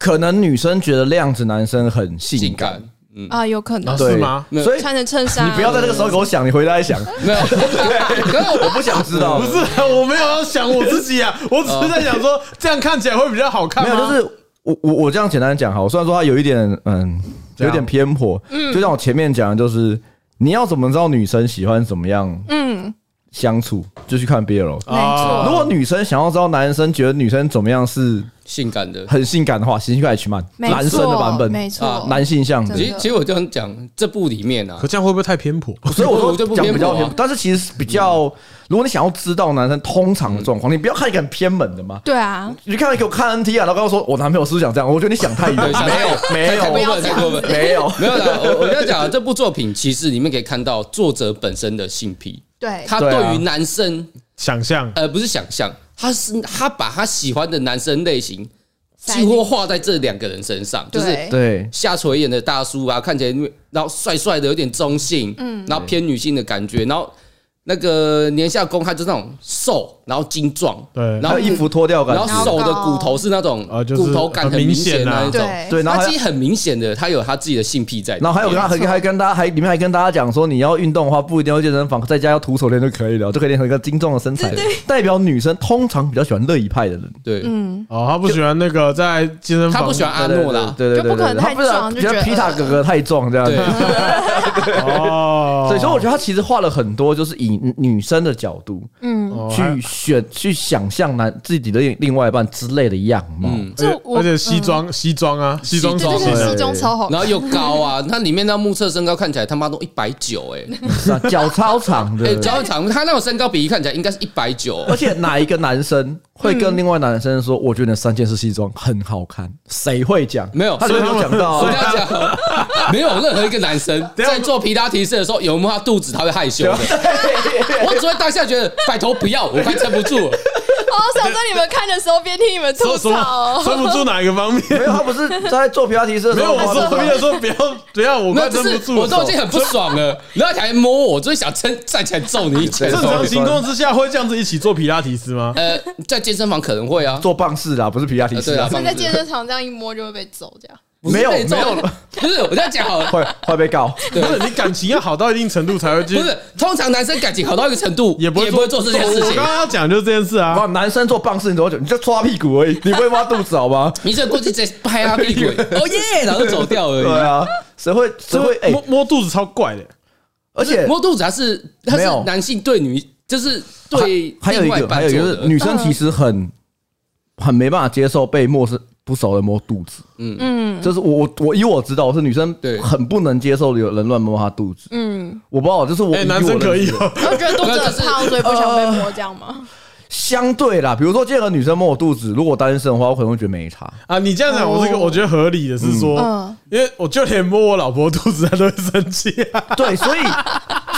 C: 可能女生觉得量子男生很性
D: 性
C: 感
D: 感，，嗯，
A: 啊，有可能
B: 是吗
C: 对所以
A: 穿着衬衫，
C: 你不要在这个时候给我想，你回来想，
D: 没有。可是
C: 我
D: 我
C: 不想知道
B: 不。是啊，我没有要想我自己啊，我只是在想说这样看起来会比较好看
C: 没
B: 吗？
C: 有，就是我我我这样简单讲哈，我虽然说他有一点嗯，
B: 这样
C: 有点偏颇，
B: 嗯
C: 就像我前面讲的，就是你要怎么知道女生喜欢怎么样
A: 嗯，
C: 相处，就去看 BL。
D: 哦
A: 没错
B: 啊
C: 如果女生想要知道男生觉得女生怎么样是
D: 性感的，
C: 很性感的话，性感 H 漫
A: 没
C: 男生的版
A: 错，
C: 本，
A: 没错
D: 啊，
C: 男性向的
A: 真
D: 其
A: 的
D: 实其实我这样讲，这部里面啊
B: 可，这样会不会太偏颇？
C: 所以我说
D: 我就不
C: 讲
D: 偏
C: 比较
D: 颇啊
C: 偏，但是其实比较，如果你想要知道男生通常的状况，你不要看一个很偏门的嘛。
A: 对啊，
C: 你就看给我看 NT 啊，然后跟我说我男朋友是不是想这样，我觉得你想太远，
D: 对想
C: 没有
A: 哎
C: 没
D: 太过
C: 有
D: 分，太过分。
C: 没有，
D: 没有啦，我我要讲啊这部作品，其实里面可以看到作者本身的性癖，
A: 对，
D: 他
C: 对啊
D: 对于男生
B: 想象
D: 呃，不是想象，他是他把他喜欢的男生类型
A: 塞
D: 几乎画在这两个人身上，就是
A: 对
C: 对，
D: 下垂眼的大叔啊，看起来然后帅帅的，有点中性，嗯，然后偏女性的感觉，然后那个年下攻他就是那种瘦，然后精壮，
B: 对
D: 然
C: 还
D: 后
C: 有衣服脱掉感
D: 然后手的骨头是那种
B: 啊就是
D: 骨头感
B: 很
D: 很明
B: 明显
D: 显的那
B: 啊
D: 一种，
A: 对
C: 对，然后
D: 他
C: 还
D: 其实很明显的，他有他自己的性癖在里面，
C: 然后还有跟他还
A: 没错
C: 还跟大家还里面还跟大家讲说，你要运动的话不一定要健身房，在家要徒手练就可以了，就可以练成一个精壮的身材，代表女生通常比较喜欢乐意派的人。
D: 对，
A: 嗯，
B: 哦，他不喜欢那个在健身房，
D: 他不喜欢阿诺啦，
C: 对对对
A: 就不可能
C: 对，对他
A: 太
C: 不是
A: 壮就
C: 觉
A: 觉
C: 得
A: 得
C: 皮塔哥哥太壮这样子
D: 对，。
B: 哦，
C: 所以说，我觉得他其实画了很多，就是以女女生的角度
B: 哦还
C: 去选、去想象男自己的另另外一半之类的样貌。
D: 嗯
A: 这
B: 而且
A: 我
B: 而且西装西装啊，西装
A: 对
B: 超
A: 对
B: 型
A: 对，
B: 的
A: 西装超好看，
D: 然后又高啊，他里面那目测身高看起来他妈都一百九哎，
C: 是啊，脚超长
D: 哎，
C: 的。
D: 脚很长，他那种身高比例看起来应该是一百九，
C: 而且哪一个男生会跟另外男生说：“
D: 嗯
C: 我觉得你的三件式西装很好看？”谁会讲？
D: 没有
C: 他就没有讲到
D: 我跟
C: 啊。
D: 他讲，没有任何一个 男生
B: 下
D: 在做皮拉提式的时候有摸他肚子，他会害羞的。我只会当下觉得拜托不要，我快撑不住了。
A: 哦，好想在你们看的时候边听你们吐
B: 收什么
A: 槽。哦
B: 收不住哪一个方面？
C: 没有，他不是在做皮拉提斯的
B: 没
C: 时
B: 有，
C: 候
B: 我
C: 吗，
B: 说不要说不要不要， 我
D: 没有，
B: 快撑
D: 就
B: 不
D: 是
B: 住
D: 我
B: 了。
D: 都已经很不爽了，然后你还摸我，我就想站站起来揍你一拳。
B: 正常情况之下会这样子一起做皮拉提斯吗？
D: 呃，在健身房可能会啊，
C: 做棒式啦，不是皮拉提斯
D: 呃对啊
C: 啊，
A: 所以在健身场这样一摸就会被揍，这样
D: 不 是
C: 没有
D: 被揍
C: 没有，
D: 不是我这样讲好 了，
C: 会会被告。
B: 不是，你感情要好到一定程度才会去
D: 不，是通常男生感情好到一个程度，
B: 也不
D: 不
B: 会
D: 会做这件事
B: 我
D: 情
B: 刚。刚要讲就是这件事啊
C: 哇，，男生做棒式你怎么讲？你就抓屁股而已，你不会挖肚子好吗？
D: 你这过去直接拍他屁股， 哦耶，然后就走掉而
C: 对
D: 已。
C: 啊，谁会谁会？哎
B: 摸，摸肚子超怪的。
C: 而且
D: 摸肚子还是他
C: 啊没
D: 是
C: 有
D: 男性对女，就是对
C: 还有一
D: 另外
C: 个，还
D: 半
C: 有一
D: 做
C: 个
D: 的
C: 是女生其实很很没办法接受被陌生不熟的摸肚子，嗯嗯，这是我我我以我知道，我是女生
D: 对
C: 很不能接受有人乱摸她肚子，嗯，我不知道，就是我
B: 哎，男生可以，哦，
A: 然后觉得肚子很胖，所以不想被摸，这样吗？
C: 相对啦，比如说今天有个女生摸我肚子，如果我单身的话，我可能会觉得没差，
B: 啊，你这样讲，我这个
A: 哦
B: 我觉得合理的是说
A: 嗯，
B: 因为我就连摸我老婆肚子，她都会生气啊。
C: 对，所以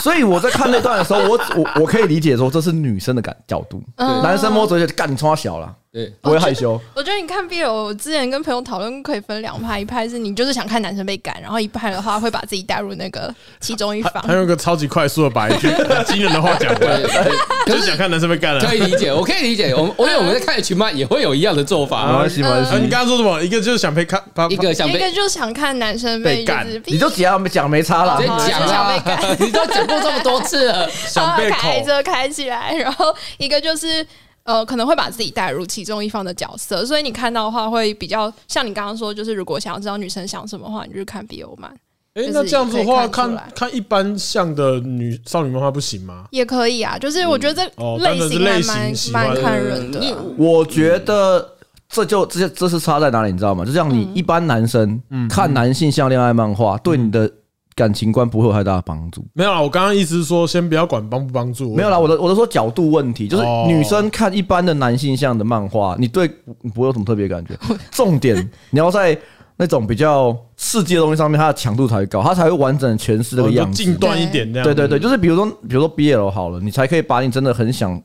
C: 所以我在看那段的时候，我我我可以理解说这是女生的感角度，
B: 嗯
C: 男生摸直接干你冲她小了，
D: 对，
B: 哦
C: 不会害羞，
A: 我觉得你看 BL，我之前跟朋友讨论可以分两派，一派是你就是想看男生被干，然后一派的话会把自己带入那个其中一
B: 他
A: 方
B: 他。用一个超级快速的把一 句很惊人的话讲完，
D: 对对
B: 就是想看男生被干了。
D: 可以理解，我可以理解。我们我因为我们在看群嘛，也会有一样的做
C: 没关
D: 法。
C: 系没关
B: 啊，你
C: 系，
B: 刚刚说什么？一个就是想被看，啪
D: 一个想
A: 一
D: 被
A: 个就是想看男生被
B: 被干
A: 就是
C: 你就只要讲没差啦
D: 直接，
A: 好
D: 讲
A: 啊就想
D: 啦， 你都讲过这么多次了，
B: 想被
A: 开
B: 口，
A: 着哦开起来，然后一个就是呃，可能会把自己带入其中一方的角色，所以你看到的话会比较像你刚刚说，就是如果想要知道女生想什么的话，你就看 BO 漫
B: 哎、
A: 就是
B: 那这样子的话，
A: 也可以看出
B: 看
A: 来
B: 看一般像的女少女漫画不行吗？
A: 也可以啊。就是我觉得
B: 嗯哦
A: 这类型还
B: 单纯是类
A: 蛮
B: 型喜欢
A: 蛮看人的啊，
C: 我觉得这就这这是差在哪里，你知道吗？就像你
B: 嗯
C: 一般男生看男性向恋爱漫画，对你的感情观不会有太大的帮助。
B: 没有啦，我刚刚意思是说，先不要管帮不帮助，
C: 没有啦，我的我的说角度问题，就是
B: 哦
C: 女生看一般的男性向的漫画，你对你不会有什么特别感觉。重点你要在那种比较刺激的东西上面，它的强度才会高，它才会完整地诠释
B: 我
C: 这
B: 哦
C: 个
B: 就
C: 样
B: 近
C: 子。
B: 段一点那样。
C: 对对对，就是比如说比如说 BL 好了，你才可以把你真的很想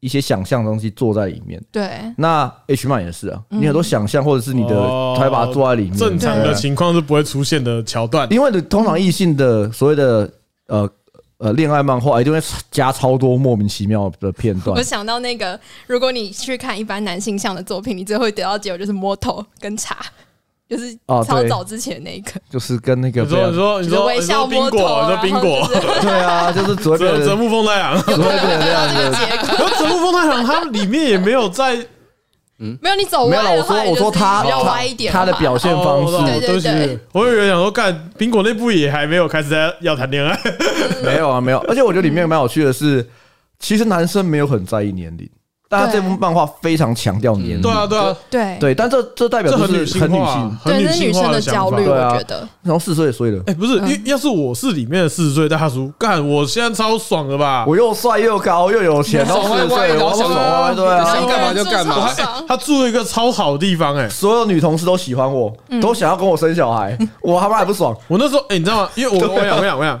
C: 一些想象的东西做在里面。
A: 对。
C: 那 H 漫也是啊，你很多想象或者是你的
B: 哦，
C: 才会把它做在里面。
B: 正常的
C: 对
B: 情况是不会出现的桥段。
C: 因为你通常异性的所谓的呃呃恋爱漫画，一定会加超多莫名其妙的片段
A: 我。想到那个，如果你去看一般男性向的作品，你最后会得到结果就是摸头跟茶， 就是
C: 哦
A: 超
C: 对
A: 早之前那一 个，
C: 就是跟那个
B: 你说你说你
A: 就是
B: 说
A: 微
B: 你
A: 笑
B: 说冰
A: 摸
B: 果，
A: 头
B: 你
A: 啊，
B: 说冰
A: 然后
B: 果，
A: 就是
C: 对啊，就是只会变
B: 折折
C: 成
B: 木风太郎，
C: 只会变成那样
A: 这个
C: 子。
A: 结果。
B: 可是 折木风太郎它里面也没有在
A: 没有，你走
C: 没有
A: 歪
C: 啦，
A: 的
C: 我
A: 话，
C: 说我说他
A: 你就是比较歪一点嘛，
C: 他的表现方
B: 哦我懂
C: 式
A: 对
B: 对不起，我以为想说干冰果内部也还没有开始在要谈恋爱，
C: 没有啊，没有。而且我觉得里面蛮有趣的是，其实男生没有很在意年龄，但他这部漫画非常强调年龄。
B: 对啊对啊，
A: 对
C: 对，但这这代表
B: 这
C: 就
B: 很
C: 是
B: 女性
C: 很女
B: 化啊
C: 性，，
B: 很
A: 对，这是
B: 性
A: 女
B: 化
A: 生
B: 的
A: 的
B: 想
A: 焦
B: 法
A: 虑，
C: 对啊
A: 我觉得。
C: 然后四十岁岁了。
B: 哎、不是，因为要是我是里面的四十岁大叔，干，我现在超爽的吧？我
C: 我又帅又高又有钱，然后四十岁了，我
D: 想
C: 爽歪歪，对
D: 你
C: 啊，
D: 想干嘛就干嘛
A: 我。哎爽
B: 他住了一个超好的地方、哎，
C: 所有女同事都喜欢我，
A: 嗯
C: 都想要跟我生小孩，我他妈还不爽。
B: 我那时候，哎、你知道吗？因为我我想我想我想，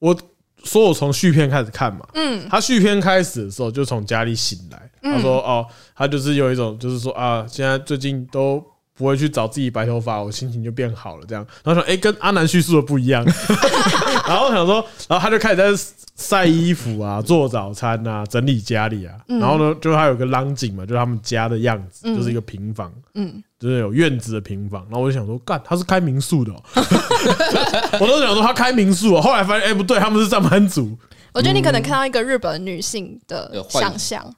B: 我说我从续片开始看嘛，嗯，他续片开始的时候就从家里醒来，他说哦，他就是有一种就是说啊，现在最近都。不会去找自己白头发，我心情就变好了。这样，然后想，哎、跟阿南叙述的不一样。 然后想说，然后他就开始在晒衣服啊，做早餐啊，整理家里啊。然后呢，就他有个浪景嘛，就是他们家的样子，就是一个平房，嗯，就是有院子的平房。然后我就想说，干，他是开民宿的、哦， 我都想说他开民宿、哦。后来发现，哎，不对，他们是上班族，
A: 我觉得你可能看到一个日本女性的
D: 嗯
A: 想象，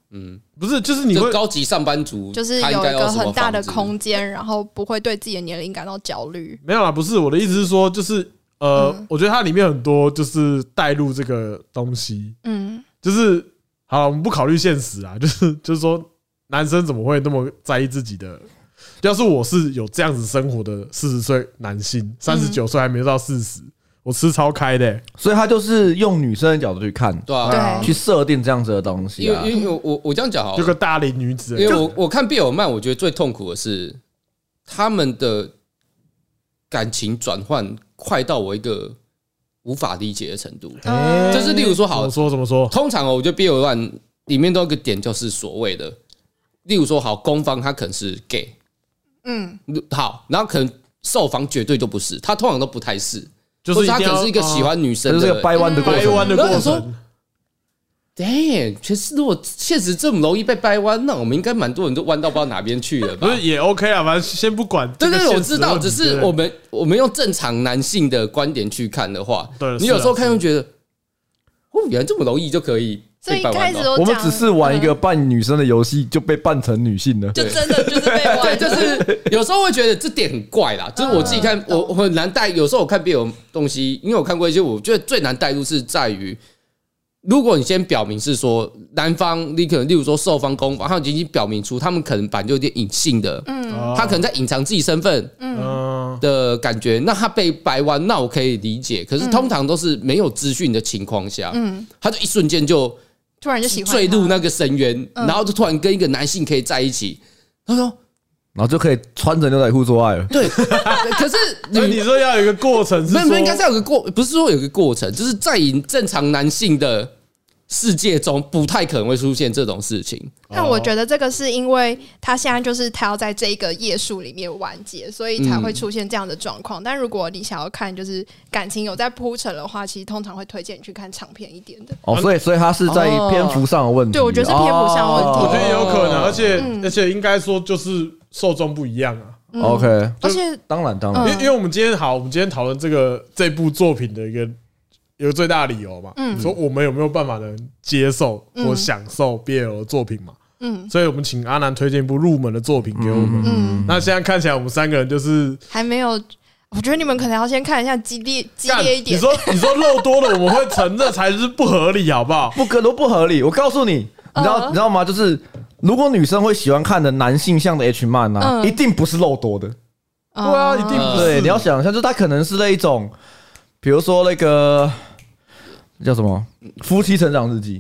B: 不是，就是你
D: 就
B: 会
D: 高级上班族，
A: 就是
D: 他应
A: 有
D: 该
A: 一个
D: 什么
A: 很大的
D: 房子
A: 空间，然后不会对自己的年龄感到焦虑。
B: 没有啦，不是我的意思是说，就是呃，
D: 嗯
B: 我觉得它里面很多就是带入这个东西，
A: 嗯，
B: 就是好啦我们不考虑现实啊， 就是就是说，男生怎么会那么在意自己的？要是我是有这样子生活的四十岁男
D: 嗯
B: 性，三十九岁还没到四十，我吃超开的、欸，
C: 所以他就是用女生的角度去看，
D: 对啊，
A: 对
C: 去设定这样子的东西
D: 因
C: 啊
D: 为。因为我我我这样讲好了
B: 就个大龄女子、
D: 哦因为
B: 就
D: 我我看贝尔曼，我觉得最痛苦的是他们的感情转换快到我一个无法理解的程度。
B: 哎
D: 嗯就是例如说，好
B: 怎么，说怎么说，
D: 通常哦，我觉得贝尔曼里面都有一个点，就是所谓的，例如说，好，攻方他可能是 gay，
A: 嗯，
D: 好，然后可能受访绝对都不是，他通常都不太是，
B: 就
D: 或
B: 是
D: 者他可
B: 定
D: 能
B: 要啊
D: 是一个喜欢女
C: 这
D: 生
C: 哦就是
D: 的
C: 个。掰弯的过
B: 掰
C: 程。
B: 弯的
D: 然后
B: 过
D: 我说
B: 程。
D: 对，其实如果确实这么容易被掰弯，那我们应该蛮多人都弯到不知道哪边去了 吧
B: 不？是也 OK 啊，反正先不管这个
D: 对对，
B: 现实
D: 对我
B: 问题。
D: 知道，只是我
B: 对
D: 们我们用正常男性的观点去看的话，
B: 对
D: 你
B: 是啊
D: 有时候看就觉得，哦，原来这么容易就可以
A: 所以
D: 被
A: 一开
D: 掰弯哦
A: 始
D: 到。
A: 都
C: 我们
A: 讲嗯
C: 只是玩一个扮女生的游戏，就被扮成女性了。
A: 就真的就是被玩
D: 对，
A: 了，
D: 就是有时候会觉得这点很怪啦，就是我自
A: 嗯
D: 己看，我我很难带。有时候我看别有东西，因为我看过一些，我觉得最难带入是在于，如果你先表明是说男方，你可能例如说受方、攻方，他已经表明出他们可能本来就有点隐性的，
A: 嗯
B: 哦
D: 他可能在隐藏自己身份
B: 嗯
D: 的感觉。那他被掰弯，那我可以理解。可是通常都是没有资讯的情况下，嗯，他就一瞬间就
A: 突然就喜欢
D: 坠入
A: 他
D: 那个深渊，然后就突然跟一个男性可以在一起。他说。
C: 然后就可以穿着牛仔裤做爱了。
D: 对，可是
B: 那
D: 你
B: 你说要有一个过程是
D: 没有没
B: 说
D: 有，应该是要有个过，不是说有个过程，就是在以正常男性的世界中，不太可能会出现这种事情。
A: 但我觉得这个是因为他现在就是他要在这一个页数里面完结，所以才会出现这样的状况。但如果你想要看就是感情有在铺陈的话，其实通常会推荐你去看长篇一点的。
C: 哦，所以所以他是在篇幅上的问题。啊
A: 对我觉得是篇幅上的问题
B: 我觉得有可能，
D: 哦
B: 而且而且应该说就是受众不一样啊。
A: 嗯
C: 哦 OK，
A: 而且
C: 当然当然
D: 嗯
B: 因
A: 嗯
B: 为因为我们今天好，我们今天讨论这个这部作品的一个有个最大的理由嘛，
D: 嗯
B: 说我们有没有办法能接受或享受 BL 作品嘛，
A: 嗯
B: 所以我们请阿南推荐一部入门的作
C: 嗯
B: 品给我
D: 嗯
B: 们。那现在看起来我们三个人就是
A: 还没有，我觉得你们可能要先看一下激烈激烈一
B: 你
A: 点。
B: 说你说肉多了，我们会承认才是不合理，好不
D: 嗯
B: 好？
C: 不可都不合理。我告诉你，你知道
A: 嗯
C: 你知道吗？就是如果女生会喜欢看的男性向的 H man 啊，
A: 嗯
C: 一定不是肉多的。
A: 对
B: 对啊一定
D: 哦
B: 不是
C: 对，你要想一下，就是他可能是那一种，比如说那个叫什么《夫妻成长日记》，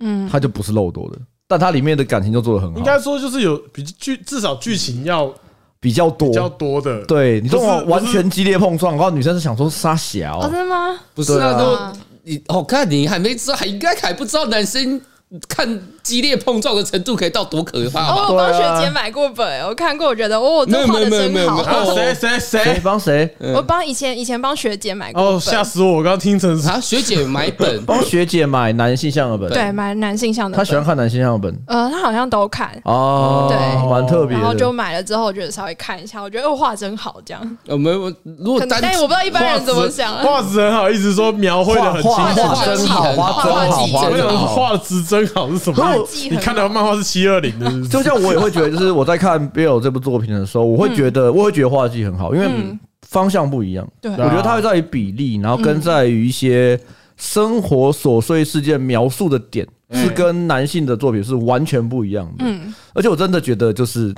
A: 嗯
C: 它就不是肉多的，但它里面的感情就做的很
B: 应
C: 好
B: 该，说就是有比剧至少剧情要
D: 哦
C: 比较多
B: 比。较多的，
C: 对你这
B: 不
C: 种
B: 是
C: 完全激烈碰撞，然后女生是想说杀小
A: 哦，真，的吗？
D: 不是
C: 对
D: 啊，
C: 啊
D: 都你哦，看你还没知道，还应该还不知道男生看激烈碰撞的程度可以到多可怕吧？
A: 哦，我帮学姐买过本，我看过，我觉得哦，
D: 没有
A: 这画的
D: 没有没有
A: 真
D: 没有
A: 好。哦
B: 啊谁谁
C: 谁
B: 谁
C: 帮谁？
A: 我帮以前以前帮学姐买过
B: 哦，
A: 本
B: 吓，死我！我刚听成是
D: 啊，学姐买 本
C: 帮学姐买男性向的本，
A: 对，买男性向的
C: 她
A: 本。
C: 喜欢看男性向的本
A: 呃，他好像都看，
C: 哦，
A: 对
C: 蛮特别
A: 然后就
C: 的。
A: 买了之后，我觉得稍微看一下，我觉得哦，画真好，这样。
D: 我们我如果
A: 可能
D: 单
A: 但我不知道一般人怎么想啊。
B: 画质很好，一直说描绘的
C: 画
B: 很清
C: 画
B: 楚。
C: 画真好，画真好，画
B: 我
C: 真
B: 想
C: 好。
B: 画质真好是什
C: 可是
B: 么
C: 我
B: 意思？你看的漫画是七二零的，是不是
C: 就像我也会觉得，就是我在看 Bill 这部作品的时候，我会觉得，我会觉得画技很好，因为
A: 嗯
C: 方向不一样。
A: 对啊
C: 我觉得它会在于比例，然后跟在于一些生活琐碎事件描述的点，是跟男性的作品是完全不一样的。
A: 嗯
C: 而且我真的觉得，就是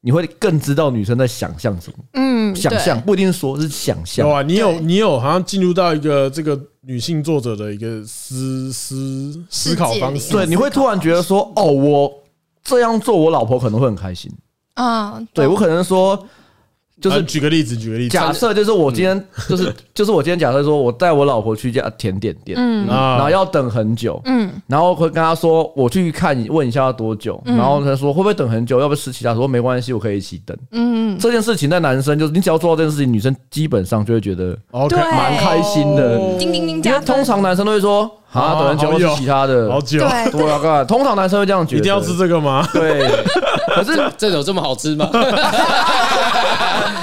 C: 你会更知道女生在想象什么，
A: 嗯，
C: 想象不一定说是想象
B: 有。啊，你有
A: 对
B: 你有，好像进入到一个这个女性作者的一个思思
A: 世界
B: 思考方式
A: 里。
C: 对，你会突然觉得说，哦，我这样做，我老婆可能会很开心。
A: 对啊，
C: 对我
A: 懂
C: 可能说，就
B: 啊
C: 是
B: 举个例子，举个例子
C: 假设，就是我今天，
A: 嗯
C: 就是就是我今天假设说，我带我老婆去一家甜点店，
A: 嗯
B: 啊
C: 然后要等很久，
A: 嗯
C: 然后会跟她说，我去看问一下要多久，然后她说会不会等很久，要不要吃其他？说没关系，我可以一起等。
A: 嗯，
C: 这件事情在男生就是，你只要做到这件事情，女生基本上就会觉得
B: ，OK，
A: 对
C: 蛮开心的。
B: 哦
A: 叮叮叮
C: 因
A: 加
C: 为
A: 分，
C: 通常男生都会说啊，
B: 啊
C: 等很久，
B: 好
C: 要
B: 有
C: 吃其他的
B: 好。久，
A: 对
C: 对啊，干通常男生会这样觉
B: 一
C: 得，
B: 定 要吃这个吗？
C: 对，可是
D: 这有这么好吃吗？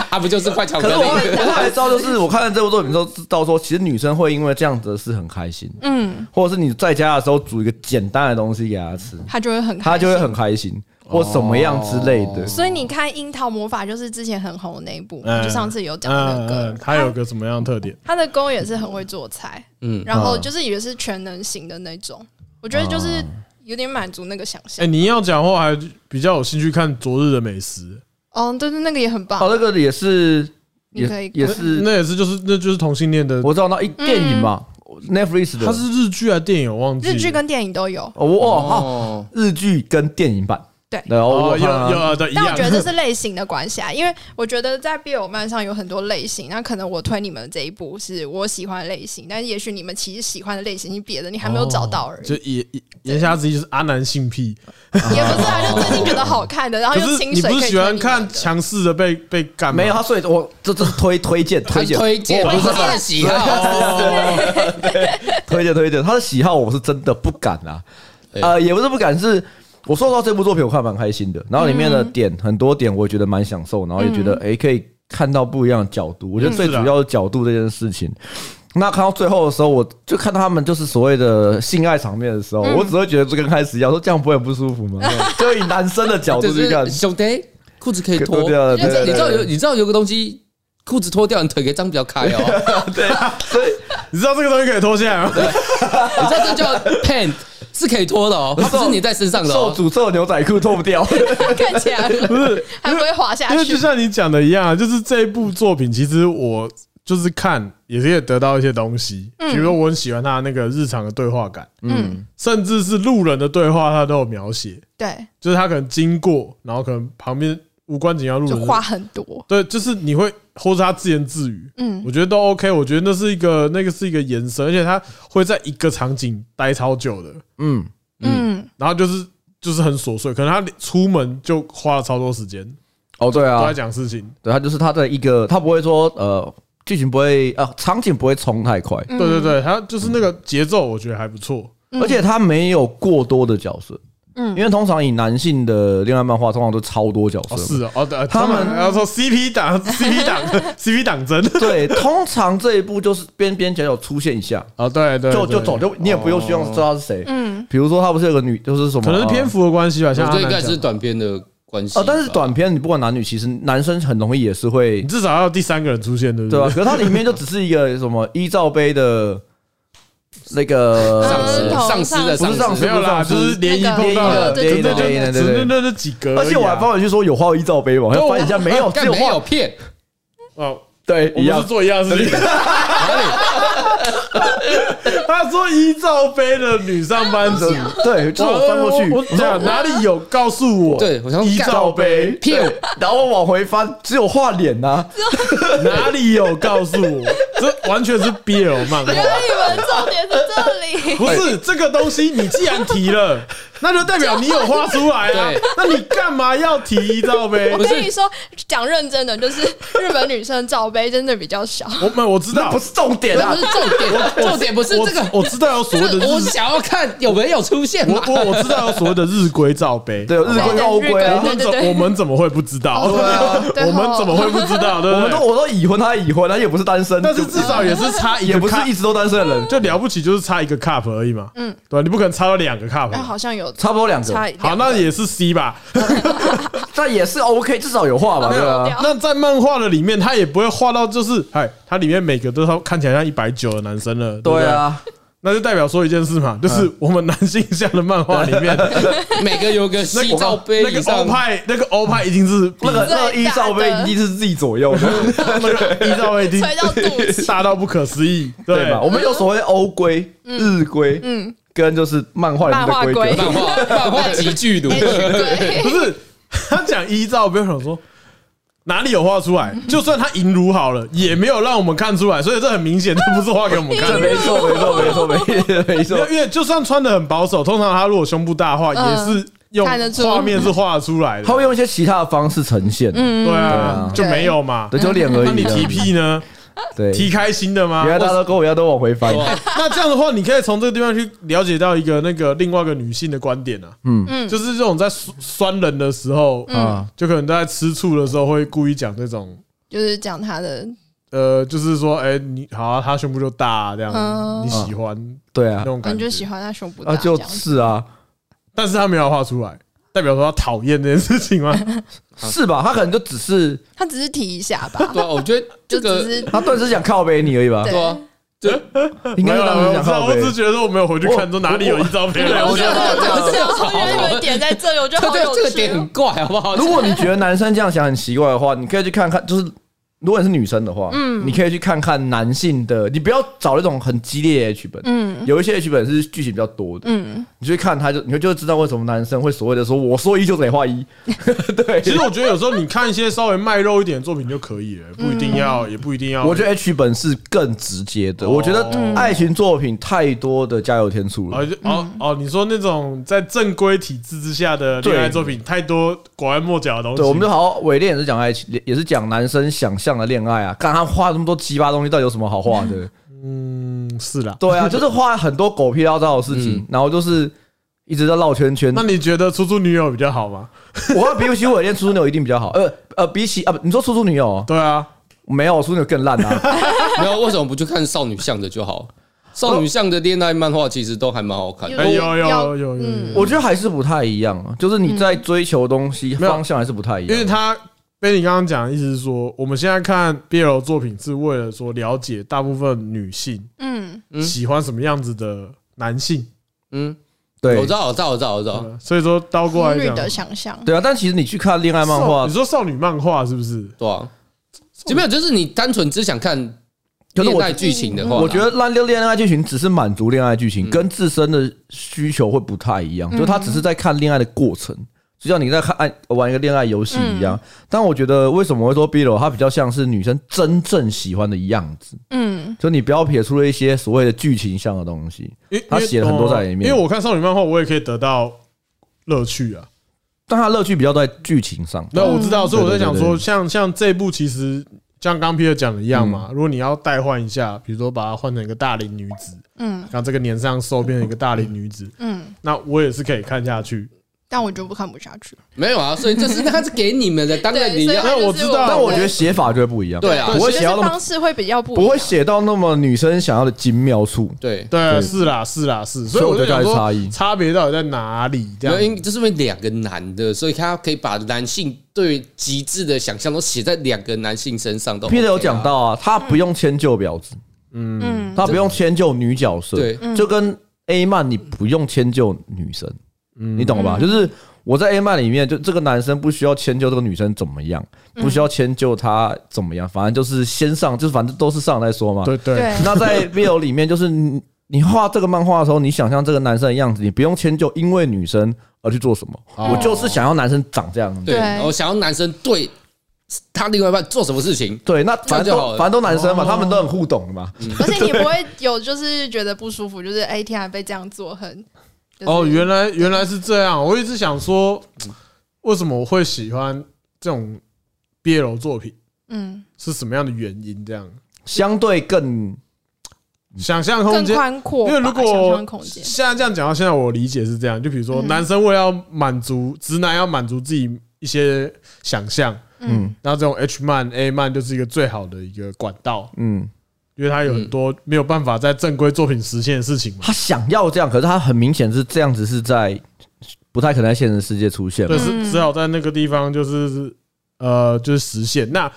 D: 啊，不就是块巧
C: 可
D: 克力
C: 是我后来我后来知道，就是我看了这部作品之后，知道说其实女生会因为这样子的事很开心，
A: 嗯，
C: 或者是你在家的时候煮一个简单的东西给她吃，
A: 他就会很，
C: 她就会。很开心，或什么样之类的。
A: 所以你看《樱桃魔法》就是之前很红的那一部，
B: 嗯
A: 就上次有讲那
B: 嗯
A: 个
B: 嗯，，它有个什么样的特点？
A: 他的公也是很会做菜，
D: 嗯
A: 嗯，然后就是也是全能型的那种，我觉得就是有点满足那个想象
B: 哎，。你要讲话还比较有兴趣看昨日的美食，
A: 哦，对对，那个也很棒
C: 哦，。那个也是，
A: 你可以
C: 也也 是，
B: 那也是就是那就是同性恋的，
C: 我知道那一电影嘛，Netflix 的，
B: 它是日剧还是电影？我忘记了
A: 日剧跟电影都有，
C: 哦我哦，
D: 哦，
C: 日剧跟电影版
A: 对
C: 然后我
B: 哦，有
C: 看啊
B: 有啊对，一
A: 但我
B: 样
A: 觉得这是类型的关系啊，因 为我觉得在 BL 漫上有很多类型，那可能我推你们这一部是我喜欢的类型，但是也许你们其实喜欢的类型是别的，你还
B: 哦
A: 没有找到而已。
B: 就言言言下之意就是阿南性癖，
A: 也不是啊，就最近觉得好看的，然后
B: 可
A: 又
B: 是
A: 清
B: 你
A: 水可以
B: 不是喜
A: 推
B: 欢
A: 你
B: 看
A: 们的
B: 强势的被被干吗
C: 没有，他所以我这这是推推荐推荐
D: 推荐，
C: 我
D: 不
C: 不
D: 是
C: 是
D: 他的喜 好，
C: 推荐推荐，他的喜好我是真的不敢啊，
D: 对
C: 呃，也不是不敢，是我受到这部作品我看蛮开心的，然后里面的点、很多点我也觉得蛮享受，然后也觉得诶可以看到不一样的角度，
D: 嗯
C: 我觉得最主
D: 啊
C: 要的角度这件事情。那看到最后的时候，我就看到他们就是所谓的性爱场面的时候，我只会觉得就跟开始一样，说这样不会很不舒服吗？就以男生的角
D: 就
C: 度去看
D: 是，兄弟，裤子可以
C: 对
D: 脱
C: 对，
D: 你知道
C: 对对
D: 你知道有你知道有个东西，裤子脱掉，你腿可以张比较 开哦。
C: 所以
B: 你知道这个东西可以脱下来吗？
A: 啊
D: 你知道这叫 pant 是可以脱的哦，它不是你在身上的
C: 受
D: 哦。
C: 诅咒的牛仔裤脱不 掉。
A: 看起来
B: 不是，
A: 还不会滑下
B: 因为
A: 去
B: 就。像你讲的一样啊，就是这一部作品，其实我就是看也是也得到一些东西，比如说我很喜欢他那个日常的对话感，
A: 嗯，
B: 甚至是路人的对话，他都有描写，
A: 对，
B: 就是他可能经过，然后可能旁边无关紧要路
A: 就
B: 人
A: 话很多。
B: 对，就是你会或者他自言自语，
A: 嗯
B: 我觉得都 OK，我觉得那是一个那个是一个延伸，而且他会在一个场景待超久的，
C: 嗯，
A: 嗯，
B: 然后就是就是很琐碎，可能他出门就花了超多时间
C: 哦对啊，
B: 都在讲事情，
C: 对，它就是它的一个，它不会说呃，剧情不会呃，场景不会冲太快，
B: 对对对，他就是那个节奏，我觉得还不错，
A: 嗯
C: 而且它没有过多的角色，
A: 嗯
C: 嗯，因为通常以男性的恋爱漫画，通常都超多角色
B: 哦
C: 嘛，
B: 是哦，哦对，
C: 啊他
B: 他
C: 们
B: 们要说 CP 党 CP 党 CP 党真
C: 对，通常这一部就是边边角角出现一下，
B: 啊，对对，
C: 就
B: 对
C: 就走，就你也不用希望知道是谁，
A: 嗯，
C: 比如说他不是有个女，就是什么，
B: 可能是啊篇幅的关系吧，
D: 我
B: 像
D: 觉
B: 阿
D: 得应
B: 南
D: 该
B: 讲
D: 是短片的关系
C: 呃，
D: 吧。
C: 哦但是短片你不管男女，其实男生很容易也是会
B: 你，至少要有第三个人出现，对不
C: 对啊
B: 对
C: 吧？？可是它里面就只是一个什么依照杯的。那个
D: 上
A: 嗯
D: 司
A: 头
D: 上司的
C: 不是上司
B: 没有啦，就是联谊碰到了，
A: 那个
B: 真的就
C: 联谊的
B: 只
C: 对对对
B: 是那那几个已啊，
C: 而且我还帮你去说有话依照杯嘛，我还翻一下没有，只
D: 干
C: 有
D: 没
C: 话
D: 有骗
B: 哦，
C: 对，
B: 我们
C: 一样
B: 是。做一样的事情。 他说依照杯的女上班族，
C: 对，就是我翻过去，
B: 我讲哪里有告诉我？
D: 对我想说
B: 依照杯
C: 干
D: 骗我，
C: 然后我往回翻，只有画脸啊呐。
B: 哪里有告诉我？这完全是 BL 漫画
A: 原。来你们重点是这 里。
B: 不是这个东西，你既然提了，那就代表你有画出来啊
D: 对。
B: 那你干嘛要提依照杯
A: 我？
D: 是
A: 跟你说，讲认真的，就是日本女生罩杯真的比较少。
B: 我们我知
C: 那
B: 道
C: 不，是重点
D: 这
C: 啊
D: 不是，重点，重点不是
B: 我
D: 这个。
B: 我知道有所谓
D: 这
B: 的
D: 个我
B: 日
D: 想要看有没有出现嘛
B: 我？我我知道有所谓的日规罩杯，
C: 对，日
A: 对
C: 归要乌龟啊
B: 我。们
A: 对对
B: 怎
A: 对
B: 我们怎么会不知道？
A: 对啊 对哦
B: 我们怎么会不知道？对
C: 我
B: 不
C: 们都
B: 对？
C: 我都已婚，他已婚，他也不是单身，
B: 但是
C: 就
B: 至
C: 啊
B: 少也是差一个，
C: 也不是一直都单身的人，
B: 就了不起，就是差一个 cup 而已嘛。嗯，对吧，你不可能差到两个 cup
A: 哎，
B: 嘛。
A: 好像有
C: 差不多两
A: 差
C: 个，
A: 一点
B: 好，那也是 C 吧。
C: 但也是 OK，至少有画吧，对
A: 对
C: 吧
A: 啊？
B: 那在漫画的里面，他也不会画到就是，哎，他里面每个都看起来像一百九的男生了。对不
C: 对
B: 对，
C: 啊，嗯
B: 那就代表说一件事嘛，就是我们男性向的漫画里面，
D: 每个有个
B: 那
D: 西罩
B: 个
D: 杯
B: 那
D: 以
B: 个哦欧
D: 上，
B: 派，那个欧派一定是比
C: 那个那个
A: 最
C: 依
A: 大的
C: 照杯一定是自己左右的，
B: 那个依照一定
A: 吹到肚脐。
B: 大到不可思议，对
C: 对吧？我们有所谓欧规、日规，嗯，跟就是漫画里面
A: 漫画
C: 的规
A: 规
C: 格，
D: 漫画漫画集剧毒，
A: 对，啊
B: 不是他讲依照，不要想说哪里有画出来，就算他引如好了，也没有让我们看出来，所以这很明显，这不是画给我们看 的。
C: 这没错，没错，没错，没错，没
B: 因
C: 错
B: 为。因为就算穿的很保守，通常他如果胸部大的话，也
A: 嗯
B: 是用
A: 看得出
B: 画面是画得出来
C: 他
B: 的。
C: 会用一些其他的方式呈现，嗯，
B: 对啊
C: 啊，
B: 就没有嘛
C: 对，。就脸而
B: 那你
C: 已啊。
B: 提屁呢？
C: 对，
B: 提开心的吗
C: 原？来大家都跟我一样都往回翻，
B: 那这样的话，你可以从这个地方去了解到一个那个另外一个女性的观点啊，嗯嗯，就是这种在酸酸人的时候，
C: 嗯
B: 啊，就可能在吃醋的时候会故意讲这种
A: 就是讲她的
B: 呃，就是说，哎、你好、啊，他胸部就大、这样，
A: 嗯
B: 你喜欢
C: 对
B: 那
C: 啊，
B: 种感
A: 你
B: 觉，
A: 就喜欢他胸部大
C: 啊
A: 这
C: 就
A: 样子，
C: 是啊，
B: 但是他没有画出来，代表说他讨厌这件事情吗？
C: 是吧？他可能就只是
A: 他只是提一下吧，
D: 对啊，我觉得 这
A: 就
D: 个
A: 只是
C: 他顿时想靠背你而已吧，
A: 对
D: 对啊，
C: 应
B: 没
C: 该
B: 有
C: 是
B: 啦，
C: 当
B: 我
C: 时
B: 知
C: 想
B: 道，
C: 靠
B: 我
C: 背
B: 只。是觉得我没有回去
C: 我
B: 看，说哪里有一照片来，
D: 我
B: 我
D: 觉
B: 觉
D: 得
B: 得
D: 这个这个
A: 我觉得你们点在这里，我觉得好
D: 对
A: 有
D: 这个
A: 趣
D: 点
A: 哦
D: 很。怪，好不好？
C: 如果你觉得男生这样想很奇怪的话，你可以去看看，就是如果你是女生的话，嗯，你可以去看看男性的，你不要找那种很激烈的 H 本，嗯，有一些 H 本是剧情比较多的，嗯，你去看他就你就知道为什么男生会所谓的说我说一就得画一，对，
B: 其实我觉得有时候你看一些稍微卖肉一点的作品就可以了，不一定要，也不一定要。
C: 我觉得 H 本是更直接的，
B: 哦
C: 我觉得爱情作品太多的加油添醋了
B: 哦。就哦哦，你说那种在正规体制之下的恋爱作品太多拐弯抹角的东西，
C: 对，我们就好好伪恋也是讲爱情，也是讲男生想象的恋爱啊。看他画那么多鸡巴东西，到底有什么好画 的？
B: 嗯是啦。
C: 对啊，就是画很多狗屁叨叨的事情，然后就是一直在绕圈圈。
B: 那你觉得出租女友比较好吗？
C: 我要比起伪恋，出租女友一定比较好。 呃呃，比起啊，不你说出租女友
B: 对啊，
C: 没有，出租女友更烂 啊。
D: 没有，为什么不去看少女向的就好？少女向的恋爱漫画其实都还蛮好看
A: 哦
D: 的。
B: 哎有有
A: 要
B: 有有有，
C: 我觉得还是不太一样啊，就是你在追求东西
B: 没有
C: 方向还是不太一
B: 嗯因为
C: 样。
B: 他被你刚刚讲的意思是说，我们现在看 BL 作品是为了说了解大部分女性
A: 嗯，
D: 嗯
B: 喜欢什么样子的男性，
D: 嗯，
C: 对
D: 我知道，我知道，我知道，我知
C: 哦
D: 道。
B: 呃所以说倒过
A: 妇
B: 来
A: 女
B: 讲，
A: 的想象，
C: 对啊，但其实你去看恋爱漫画
B: 少你，说少女漫画是不是？
D: 对啊，就没有，就是你单纯只想看
C: 可是
D: 恋
C: 我
D: 爱剧情的话啦，
A: 嗯
C: 我觉得烂恋恋爱剧情只是满足恋爱剧
D: 嗯
C: 情，跟自身的需求会不太一样，就是他只是在看恋爱的过程，就像你在看爱玩一个恋爱游戏一
D: 嗯
C: 样。但我觉得为什么会说 BL，它比较像是女生真正喜欢的样子，
A: 嗯，
C: 就你不要撇出了一些所谓的剧情上的东西，
B: 因为哦
C: 他写了很多在里面
B: 因为我看少女漫画，我也可以得到乐趣啊。
C: 但它乐趣比较在剧情上。
B: 那我知道，所以我在想
C: 对对
B: 说，
C: 对
B: 像像这部其实像刚 Peter 讲的一样嘛，如果你要代换一下，比如说把它换成一个大龄女子，
A: 嗯，
B: 让这个年上兽变成一个大龄女子，
A: 嗯，
B: 那我也是可以看下去。
A: 但我就不看不下去。
D: 没有啊，所以这是它是给你们的，当然你
A: 对
D: 要
A: 所以
B: 那我知道，
C: 但我
A: 对
C: 觉得写法就会不一样，
D: 对啊
C: 不会
A: 学
C: 写
A: 习
C: 到那么
A: 方式会比较不
C: 不
A: 一样
C: 会写到那么女生想要的精妙处。
D: 对，
B: 对，啊是啦，是啦，是，所
C: 所
B: 以
C: 以
B: 我
C: 我
B: 就
C: 觉
B: 想
C: 得
B: 说，
C: 差异
B: 差别到底在哪里？这
D: 没有，
B: 样，
D: 因就是因为两个男的，所以他可以把男性对极致的想象都写在两个男性身上都 OK 啊。
C: Peter 有讲到啊，他不用迁就婊子，
A: 嗯，
C: 他不用迁就女角色，
D: 对，啊
C: 就跟 A 漫你不用迁就女生，
D: 嗯
C: 你懂吧？就是我在 A 漫里面，就这个男生不需要迁就这个女生怎么样，
D: 嗯
C: 不需要迁就她怎么样，反正就是先上，就是反正都是上来说嘛。
B: 对对，
A: 对，
C: 那在 BL 里面，就是你你画这个漫画的时候，你想象这个男生的样子，你不用迁就因为女生而去做什么，
B: 哦
D: 哦
C: 我就是想要男生长这样子。
D: 对，
A: 对
D: 然后想要男生对他另外一半做什么事情，
C: 对，那反
D: 这样
C: 正
D: 就好
C: 都
D: 了哦
C: 反正都男生嘛，他们都很互懂的嘛。
A: 而且你不会有就是觉得不舒服，就是哎天啊被这样做很就是
B: 哦，原来原来是这样，我一直想说，为什么我会喜欢这种 BL 作品，
A: 嗯
B: 是什么样的原因？这样，
C: 相对更
B: 想象空
A: 更
B: 间
A: 宽阔吧，
B: 因为如
A: 想
B: 果
A: 象空间，嗯
B: 现在这样讲到现在，我理解是这样，就比如说男生为了要满足直男要满足自己一些想象，
A: 嗯
B: 那这种 H 漫 A 漫就是一个最好的一个管道，
C: 嗯，
B: 因为它有很多没有办法在正规作品实现的事情嘛。
C: 他想要这样，可是他很明显是这样子是在不太可能在现实世界出现嘛
B: 对，。
A: 嗯
B: 是只好在那个地方就是呃就是实现。那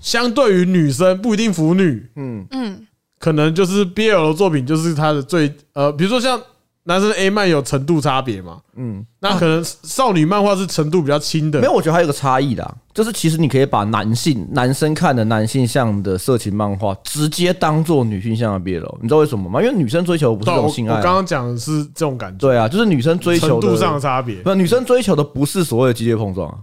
B: 相对于女生不一定腐女，
C: 嗯，
A: 嗯
B: 可能就是 BL 的作品就是她的最呃，比如说像男生的 A 漫有程度差别嘛，嗯
C: 嗯，
B: 那可能少女漫画是程度比较轻的，
C: 没有，我觉得还有一个差异啦，就是其实你可以把男性男生看的男性向的色情漫画直接当做女性向的 BL，你知道为什么吗？因为女生追求的不是
B: 对
C: 这
B: 我
C: 种性
B: 哦
C: 爱
B: 我
C: 啊、
B: 刚刚讲的是这种感觉，
C: 对啊，就是女生追
B: 程
C: 求的
B: 度上的差别。
C: 不，女生追求的不是所谓的激烈碰撞啊，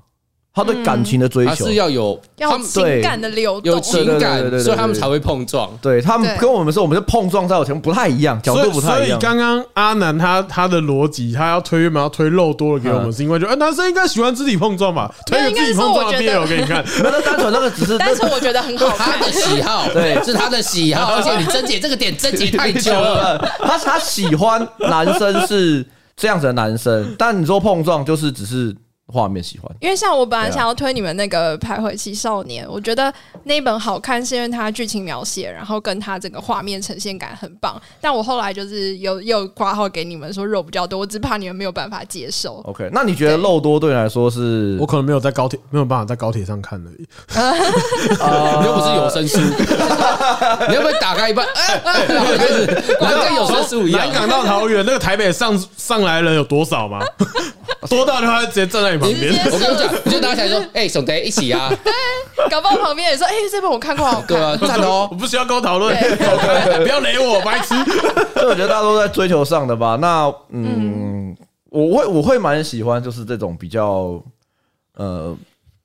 C: 她对感情的
B: 嗯
C: 追
D: 他
C: 求，
D: 是要有他
A: 要
D: 们
A: 情感的流
D: 有
A: 动，
D: 情
C: 对对对
D: 感
C: 对对，对
D: 所以他们才会碰撞。
C: 对他们
A: 对
C: 跟我们说，我们是碰撞在我前面不太一样，角
B: 所
C: 度
B: 以，
C: 不太
B: 所
C: 一
B: 以
C: 样。
B: 刚刚阿南他他的逻辑，他要推原本要推肉多的给我们，
C: 嗯
B: 是因为就哎、男生应该喜欢肢体碰撞嘛，推
A: 没有
B: 个肢体
A: 应该是
B: 碰
A: 我
B: 撞的
A: 觉
B: BL
A: 得
B: 给你 看，
C: 没有那单纯那 个只是
A: 但是我觉得很好
D: 他
A: 看，
D: 的喜好，
C: 对
D: 是他的 喜好，而且你贞洁这个点贞洁太久了，
C: 他他喜欢男生是这样子的男生，但你说碰撞就是只是画面喜欢。
A: 因为像我本来
C: 对啊
A: 想要推你们那个《徘徊期少年》，我觉得那一本好看是因为它剧情描写，然后跟它整个画面呈现感很棒。但我后来就是有又挂号给你们说肉比较多，我只怕你们没有办法接受。
C: OK，那你觉得肉多对你来说是
B: 我可能没有在高铁没有办法在高铁上看而已。
C: 呃
D: 你又不是有声 书，你要不要打开一半，哎哎然后开始，然后跟有声书一 样
B: 南。港到桃园那个台北上上来人有多少吗？多到的话就直接站在你旁
A: 直
B: 边
A: 接，
D: 我跟你讲，你就拿起来说，哎，手得一起啊，
A: 搞不好旁边也说，哎，这本我看过，好看
D: 对。啊，赞哦
B: 我。不需要跟我讨论，
A: 对
B: 走开 不要雷我，白痴。
C: 所以我觉得大家都在追求上的吧。那嗯，我会我会蛮喜欢就是这种比较呃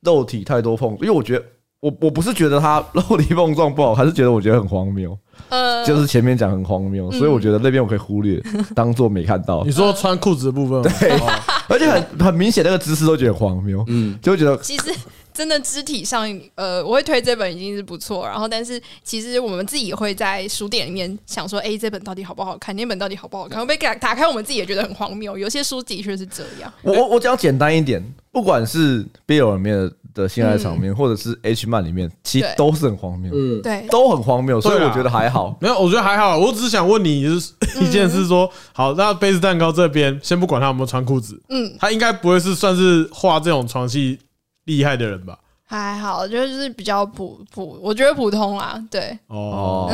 C: 肉体太多碰，因为我觉得我我不是觉得他肉体碰撞不好，还是觉得我觉得很荒谬，
A: 呃，
C: 就是前面讲很荒谬，所以我觉得那边我可以忽略，当做没看到
B: 你，说穿裤子的部分吗，
C: 而且很很明显那个姿势都觉得很荒谬，
D: 嗯，
C: 就会觉
B: 哎
C: 得
A: 其实真的肢体上，呃，我会推这本已经是不错。然后，但是其实我们自己也会在书店里面想说，哎、这本到底好不好看？那本到底好不好看？会被打打开，我们自己也觉得很荒谬。有些书的确是这样。
C: 我我我讲简单一点，不管是 BL 里面的的性爱场
B: 嗯
C: 面，或者是 H 漫里面，其实
A: 对
C: 都是很荒谬，
D: 嗯，
A: 对，
C: 都很荒谬，所以
B: 对啊
C: 我觉得还好。
B: 没有，我觉得还好。我只是想问你就是 一件事，说好，那杯子蛋糕这边先不管他有没有穿裤子，
A: 嗯，
B: 他应该不会是算是画这种床戏厉害的人吧？
A: 还好，就是比较普普，我觉得普通啦。 对，
B: 哦，
C: 哦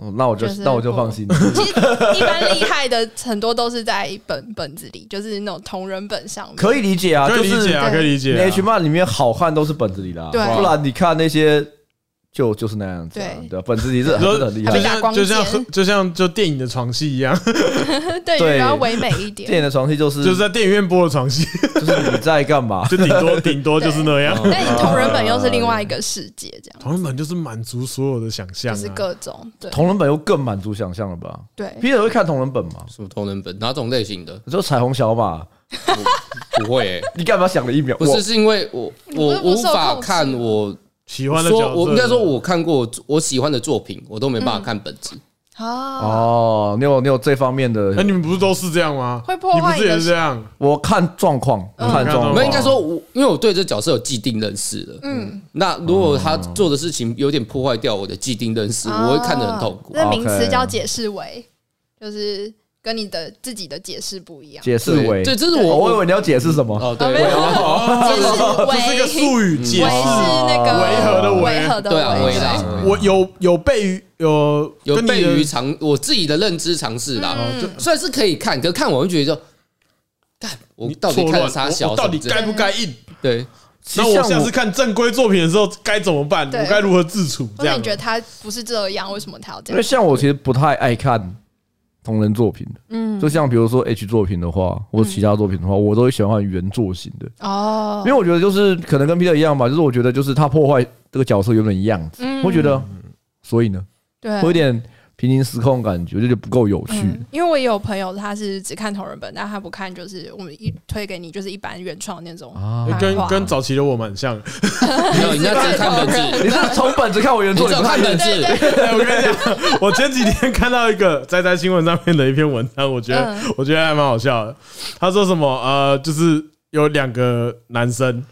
A: 嗯，
C: 那我就
A: 就是
C: 那我就放心。
A: 其实一般厉害的很多都是在本本子里，就是那种同人本上面。
C: 可以理解啊，
B: 可以
C: 就
B: 理解
C: 是
B: 啊，
A: 对
B: 可以理解
C: 你
B: 啊。
C: H 漫里面好汉都是本子里的啊，
A: 对
C: 不然你看那些就就是那样子啊，
A: 对
C: 对啊，本子里是
B: 你说
C: 很很厉
A: 还
B: 就
A: 没
C: 害。
A: 打光
B: 像就像
A: 剑
B: 就像就电影的床戏一样，
A: 对，
C: 对
A: 比较唯美一
C: 电
A: 点。
C: 影的床戏就是
B: 就是在电影院播的床戏，
C: 就是你在干嘛？
B: 就顶多顶多就是那样。
A: 但你同人本又是另外一个世界，这样
B: 同人本就是满足所有的想象、
A: 就
B: 啊，
A: 是各种对
C: 同人本又更满足想象了吧
A: 对。
C: ？Peter 会看同人本吗？
D: 什么同人本，哪种类型的？
C: 你说彩虹小马，
D: 不 不会，哎，
C: 你干嘛想了一秒？
D: 不是，是因为我
A: 你不是
D: 我
A: 不
D: 无
A: 受
D: 法
A: 控制啊
D: 看
A: 吗
D: 我
B: 喜欢的角色。
D: 说，我应该说我看过我喜欢的作品，我都没办法看本子。
A: 啊，
C: 哦，你有你有这方面的
D: 嗯
B: 哎、你们不是都是这样吗？
A: 会破坏
B: 你不是也是这样？
C: 我看状况，
A: 嗯
C: 看状
B: 哦
C: 况。
D: 我们应该说，我因为我对这角色有既定认识了。嗯，那如果他做的事情有点破坏掉我的既定认识，
A: 哦
D: 我会看得很痛苦。
A: 这啊名词
C: OK
A: 叫解释为，就是跟你的自己的解释不一样。
C: 解释为，
D: 对，这是
C: 哦
D: 我
C: 我以为你要解释什么？
D: 哦，
A: 啊
D: 对，
A: 没有
D: 我
B: 哦， 这
A: 这
B: 是
A: 是
B: 一个术语，解
A: 为是
B: 释。
A: 那个
B: 维和的维
A: 维和的
D: 对啊
A: 维
D: 维啦
B: 我有有悖于有
D: 有
B: 跟你
D: 悖
B: 的嗯
D: 于常我自己的认知尝试啦。
A: 嗯
D: 虽然是可以看，可是看我会觉得就，干我
B: 你
D: 到底
B: 错
D: 看
B: 乱
D: 了啥小
B: 我
D: 什么
B: 我到底
D: 之类的
B: 该不该硬？
D: 对
C: 其
B: 那
C: 实
B: 我
C: 像
B: 下次看正规作品的时候该怎么办？
A: 对
B: 我该如何自处？
A: 或
B: 这
A: 者
B: 样
A: 你觉得他不是这样，为什么他要这
C: 因为
A: 样？
C: 像我其实不太爱看同人作品的，嗯，就像比如说 H 作品的话，或其他作品的话，我都会喜欢看原作型
D: 嗯
C: 的，
A: 哦
C: 因，为我觉得就是可能跟 Peter 一样吧，就是我觉得就是他破坏这个角色原本的样子，
A: 嗯
C: 我觉得，所以呢，
A: 对
C: 会有点平行时空感觉，我就觉得不够有趣
A: 嗯。因为我也有朋友，他是只看同人本，但他不看，就是我们一推给你就是一般原创那种
C: 啊
A: 漫画
B: 跟跟早期的我蛮像的。
D: 没有，你要自己看本字，
C: 你是从本子看我 原
D: 你
C: 作，
D: 只有
C: 不
D: 看本
A: 对
D: 字。
A: 对
B: 哎我跟你讲，我前几天看到一个在在新闻上面的一篇文章，我觉得、
A: 嗯
B: 我觉得还蛮好笑的。他说什么呃，就是有两个男生，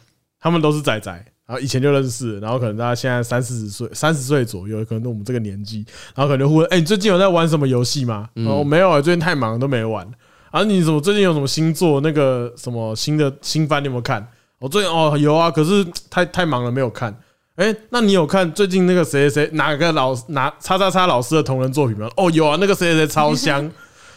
B: 他们都是仔仔，然后以前就认识，然后可能大家现在三四十岁，三十岁左右，可能我们这个年纪，然后可能就会问，哎、你最近有在玩什么游戏吗？哦，没有、最近太忙都没玩。啊，你怎么最近有什么新作？那个什么新的新番你有没有看？我最近哦有啊，可是太太忙了没有看。哎、那你有看最近那个谁谁谁哪个老哪叉叉叉老师的同人作品吗？哦，有啊，那个谁谁谁超香。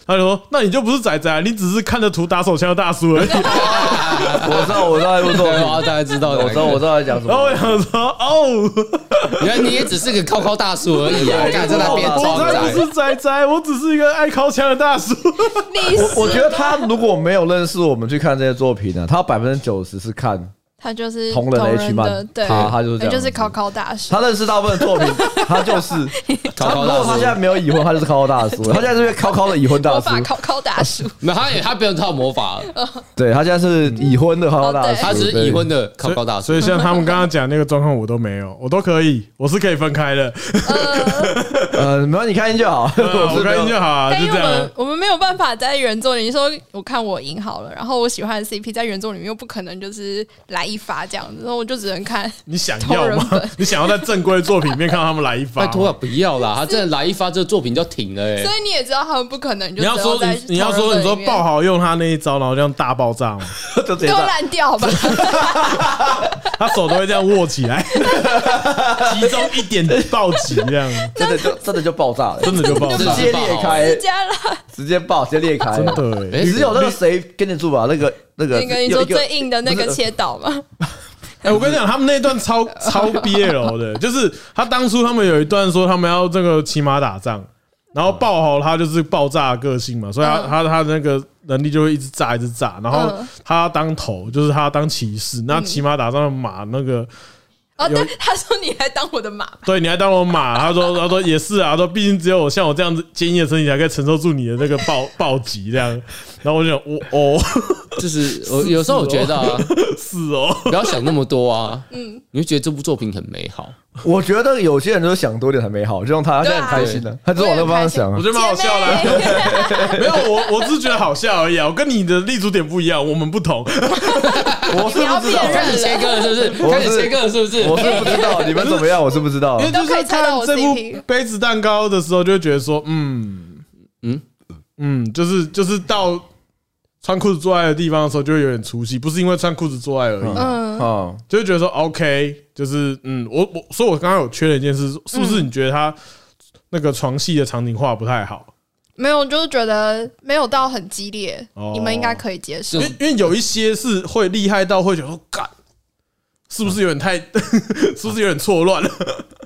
B: 他就说：“那你就不是仔仔啊，你只是看着图打手枪的大叔而已。
C: 我知道，我知道原作
D: 对，
C: 品，
D: 哦我大家知道，
C: 我知道，我知道在讲”什
B: 然后
C: 么
B: 我。想说：“哦，
D: 原来你也只是个靠靠大叔而已啊！
C: 我
D: 敢在那边装
B: 我才不
D: 仔，
B: 是仔仔，我只是一个爱靠枪的大叔。
A: 历
C: 我我
A: 史
C: 觉得他如果没有认识我们去看这些作品呢、他百分之九十是看
A: 他就是
C: 同人的 H
A: 的，
C: 漫，
A: 对，
C: 他他就是这
A: 他
C: 样，
A: 就是考考大师
C: 他，认识大部分的 作品，他就是。
D: 靠
C: 他
D: 靠
C: 如果他
D: 大
C: 现
D: 叔
C: 在。没有已婚，他就是考考大叔。他现在是被考考的已婚 大
A: 魔
C: 叔
A: 法，考考大叔，
D: 没有，他也他不用套魔法，
C: 对他现在是已婚的考考大
A: 哦
C: 叔，
A: 对
D: 他只是已婚的靠靠大叔
B: 所。以像他们刚刚讲那个状况，我都没有，我都可以，我是可以分开的，
C: 对。呃，没有你看音就好，
B: 呃 我
C: 是没
B: 开
C: 有
B: 心就好啊，
A: 但
B: 就
A: 因为
B: 这
A: 我
B: 样啊
A: 们。我们没有办法在原作里，你说我看我赢好了，然后我喜欢的 CP 在原作里面又不可能就是来一发这样子，所以我就只能看。
B: 你想要
A: 同人
B: 吗
A: 本？
B: 你想要在正规作品里面看到他们来一发
D: 拜
B: 吗？
D: 托啊，不要啦！他真的来一发，这个作品就停了哎
A: 所。以你也知道他们不可能，就
B: 你要
A: 只有
B: 说
A: 在
B: 你你要
A: 同
B: 说
A: 人本
B: 你说
A: 里面
B: 爆豪用他那一招，然后这样大爆炸吗？
C: 就直接
A: 给我
C: 这样
A: 烂掉吧，
B: 他手都会这样握起来，集中一点暴击这样，
C: 真的就真的就爆炸了，
B: 真的就爆
C: 直
B: 炸。
C: 接裂开
A: 直，接烂，
C: 直接爆，直接裂开，
B: 真的哎、
D: 哎
C: 只有那个谁跟得住吧？那个那个
A: 那个你
C: 啊有
A: 说
C: 一个呃
A: 最硬的那个切岛嘛，
B: 哎、我跟你讲，他们那段 超超 BL 的，就是他当初他们有一段说他们要这个骑马打仗，然
A: 嗯
B: 后爆豪他就是爆炸个性嘛，所以他、他他那个能力就会一直炸一直炸，然后
A: 嗯
B: 他当头就是他当骑士，那骑马打仗的马那个。
A: 哦，
B: 有
A: 对，他说你来当我的马吧，
B: 对，你还当我马？他说，他说也是啊，他说毕竟只有我像我这样子坚硬的身体才可以承受住你的那个暴暴击这样。然后我就想，我哦，
D: 就是我有时候我觉得啊，
B: 是哦，
D: 不要想那么多啊，嗯，你会觉得这部作品很美好，
C: 我觉得有些人就是想多点很美好，就像他，他现在很开心的，他只是往那方向想
B: 我
C: 啊。
B: 觉得蛮好笑的。
A: 姐妹
B: 没有，我我只是觉得好笑而已啊。我跟你的立足点不一样，我们不同。
C: 我是不知道
A: 你要，
D: 开始切割了是不是？
C: 我
D: 开
C: 是
D: 始切割了是不是？
C: 我是不知道，你们怎么样？我是不知道
B: 因。为哦就
A: 都可
B: 是
A: 以猜到
B: 看
A: 我
B: 这部
A: CP
B: 杯子蛋糕的时候，就会觉得说，嗯嗯
D: 嗯
B: 嗯，就是就是到穿裤子做爱的地方的时候，就会有点出戏，不是因为穿裤子做爱而已，
A: 嗯，
C: 嗯，
B: 就会觉得说 OK，就是嗯，我我所以，我刚刚有缺了一件事，是不是你觉得他那个床戏的场景画不太好？
A: 没有，就是觉得没有到很激烈
B: 哦，
A: 你们应该可以接受
B: 因为。因为有一些是会厉害到会觉得说，干是不是有点太， 是不是有点错乱了？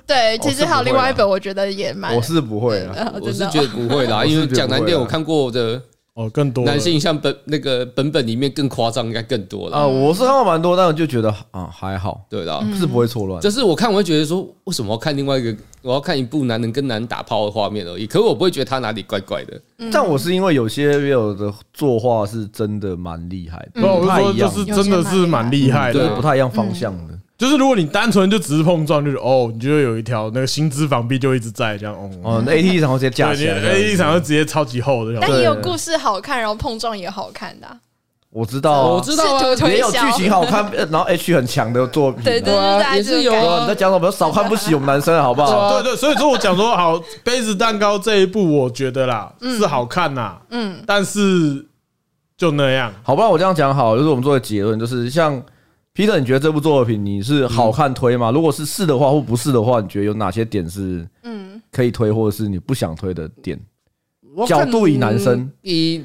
A: 对，其
C: 我哦是
A: 实
C: 不
A: 还有
C: 会
A: 另外
C: 啦
A: 一本，我觉得也蛮
C: 我，是不会啊。
A: 呃
D: 我
A: 真
D: 是
A: 的
D: 觉得不会啦，
C: 我是
D: 因为
C: 觉得
D: 讲难
C: 不会
D: 点，
C: 啦
D: 我看过的
B: 哦，更多了
D: 男性像本那个本本里面更夸张，应该更多了。
C: 啊，我是看到蛮多，但我就觉得啊还好，
D: 对啦，
A: 嗯
C: 是不会错乱。
D: 就是我看我会觉得说，为什么要看另外一个？我要看一部男人跟男人打炮的画面而已。可是我不会觉得他哪里怪怪的。
C: 但我是因为有些 real 的作画是真的蛮厉害，
A: 嗯
B: 不，哦我
C: 不
B: 是
C: 太
B: 说
C: 一
B: 就
C: 样，
B: 是真的是蛮厉害的
D: 有些蛮厉害对
C: 对
D: 啊，
C: 不太一样方向
A: 嗯
C: 的。
B: 就是如果你单纯就只是碰撞，就是哦，你就会有一条那个心之防壁就一直在这样哦。
C: 哦，那 AT 然后直接架
B: 对，
C: 起
B: 你
C: 来，
B: A 一场就直接超级厚的，
A: 但
C: 对
A: 也有故事好看，然后碰撞也好看的啊，
C: 我知道啊，
D: 我知道啊
A: 试图
C: 也
A: 推
C: 有剧
A: 销，
C: 情好看，呃然后 H 很强的作品啊。
A: 对对，
D: 对啊
A: 就是大家
D: 也
A: 这
D: 是
A: 个
D: 有
A: 感
D: 啊
A: 觉
C: 哦，你在讲什么？少看不起我们男生好不
D: 对
C: 好？
D: 啊
B: 对对，所以说我讲说好，杯子蛋糕这一部我觉得啦是好看呐，嗯，但是就那样，
C: 好，不然我这样讲好，就是我们做的结论，就是像 Peter，你觉得这部作品你是好看推吗？如果是是的话，或不是的话，你觉得有哪些点是
A: 嗯，
C: 可以推，或者是你不想推的点？
D: 我看
C: 角度以男生，
D: 以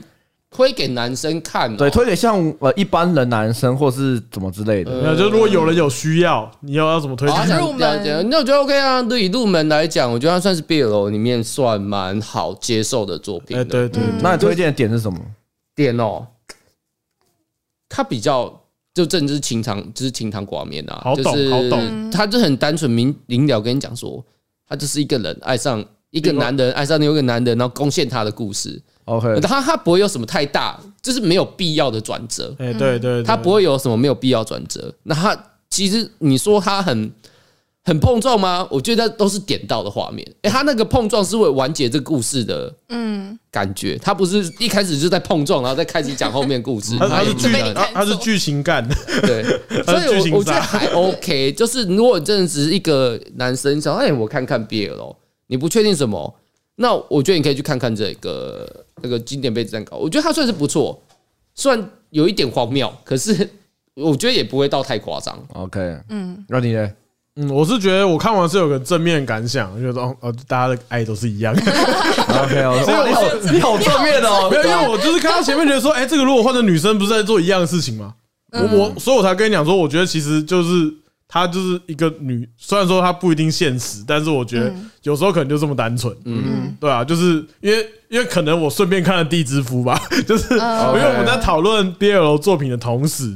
D: 推给男生看哦、
C: 对，推给像呃一般人男生，或是怎么之类的。
B: 那就如果有人有需要，你要要怎么推
D: 好啊
B: 荐？
D: 想
A: 入门
D: 了解那我觉得 OK 啊。对以入门来讲，我觉得它算是 BL 里面算蛮好接受的作品
B: 哎，
D: 的。
B: 对对，对
C: 那你推荐的点是什么？
D: 点哦，它比较就政治情长，就是情长寡面啊，
B: 好懂
D: 就是
B: 好
A: 嗯
B: 懂
D: 他就很单纯明明了跟你讲说，他就是一个人爱上一个男人，爱上另外一个男人，然后攻陷他的故事。
C: OK，
D: 他他不会有什么太大，就是没有必要的转折，
B: 哎对对，对
D: 他不会有什么没有必要转折。那他其实你说他很。很碰撞吗？我觉得都是点到的画面。哎、他那个碰撞是为了完结这个故事的，嗯，感觉。他不是一开始就在碰撞，然后再开始讲后面故事。
B: 他他是
D: 也没
B: 剧
A: 被你
B: 他
A: 看
B: 他是
A: 中
B: 剧情干，
D: 对，所
B: 他是剧
D: 以
B: 情
D: 我我觉
B: 杀
D: 得还 OK。就是如果你真的只是一个男生想，哎，我看看 BL，咯你不确定什么，那我觉得你可以去看看这个那个经典杯子蛋糕，我觉得它算是不错，虽然有一点荒谬，可是我觉得也不会到太夸张。
C: OK，嗯，那你呢？
B: 嗯，我是觉得我看完是有个正面感想，就是说哦哦，大家的爱都是一样。
C: OK，我
B: 所以我
C: 说你好正面哦
B: 没。有，因为我就是看到前面觉得说，哎、这个如果换成女生，不是在做一样的事情吗？我我，所以我才跟你讲说，我觉得其实就是她就是一个女，虽然说她不一定现实，但是我觉得有时候可能就这么单纯，嗯，对啊，就是因为因为可能我顺便看了《地之夫》吧， 就是因为我们在讨论 BL 作品的同时，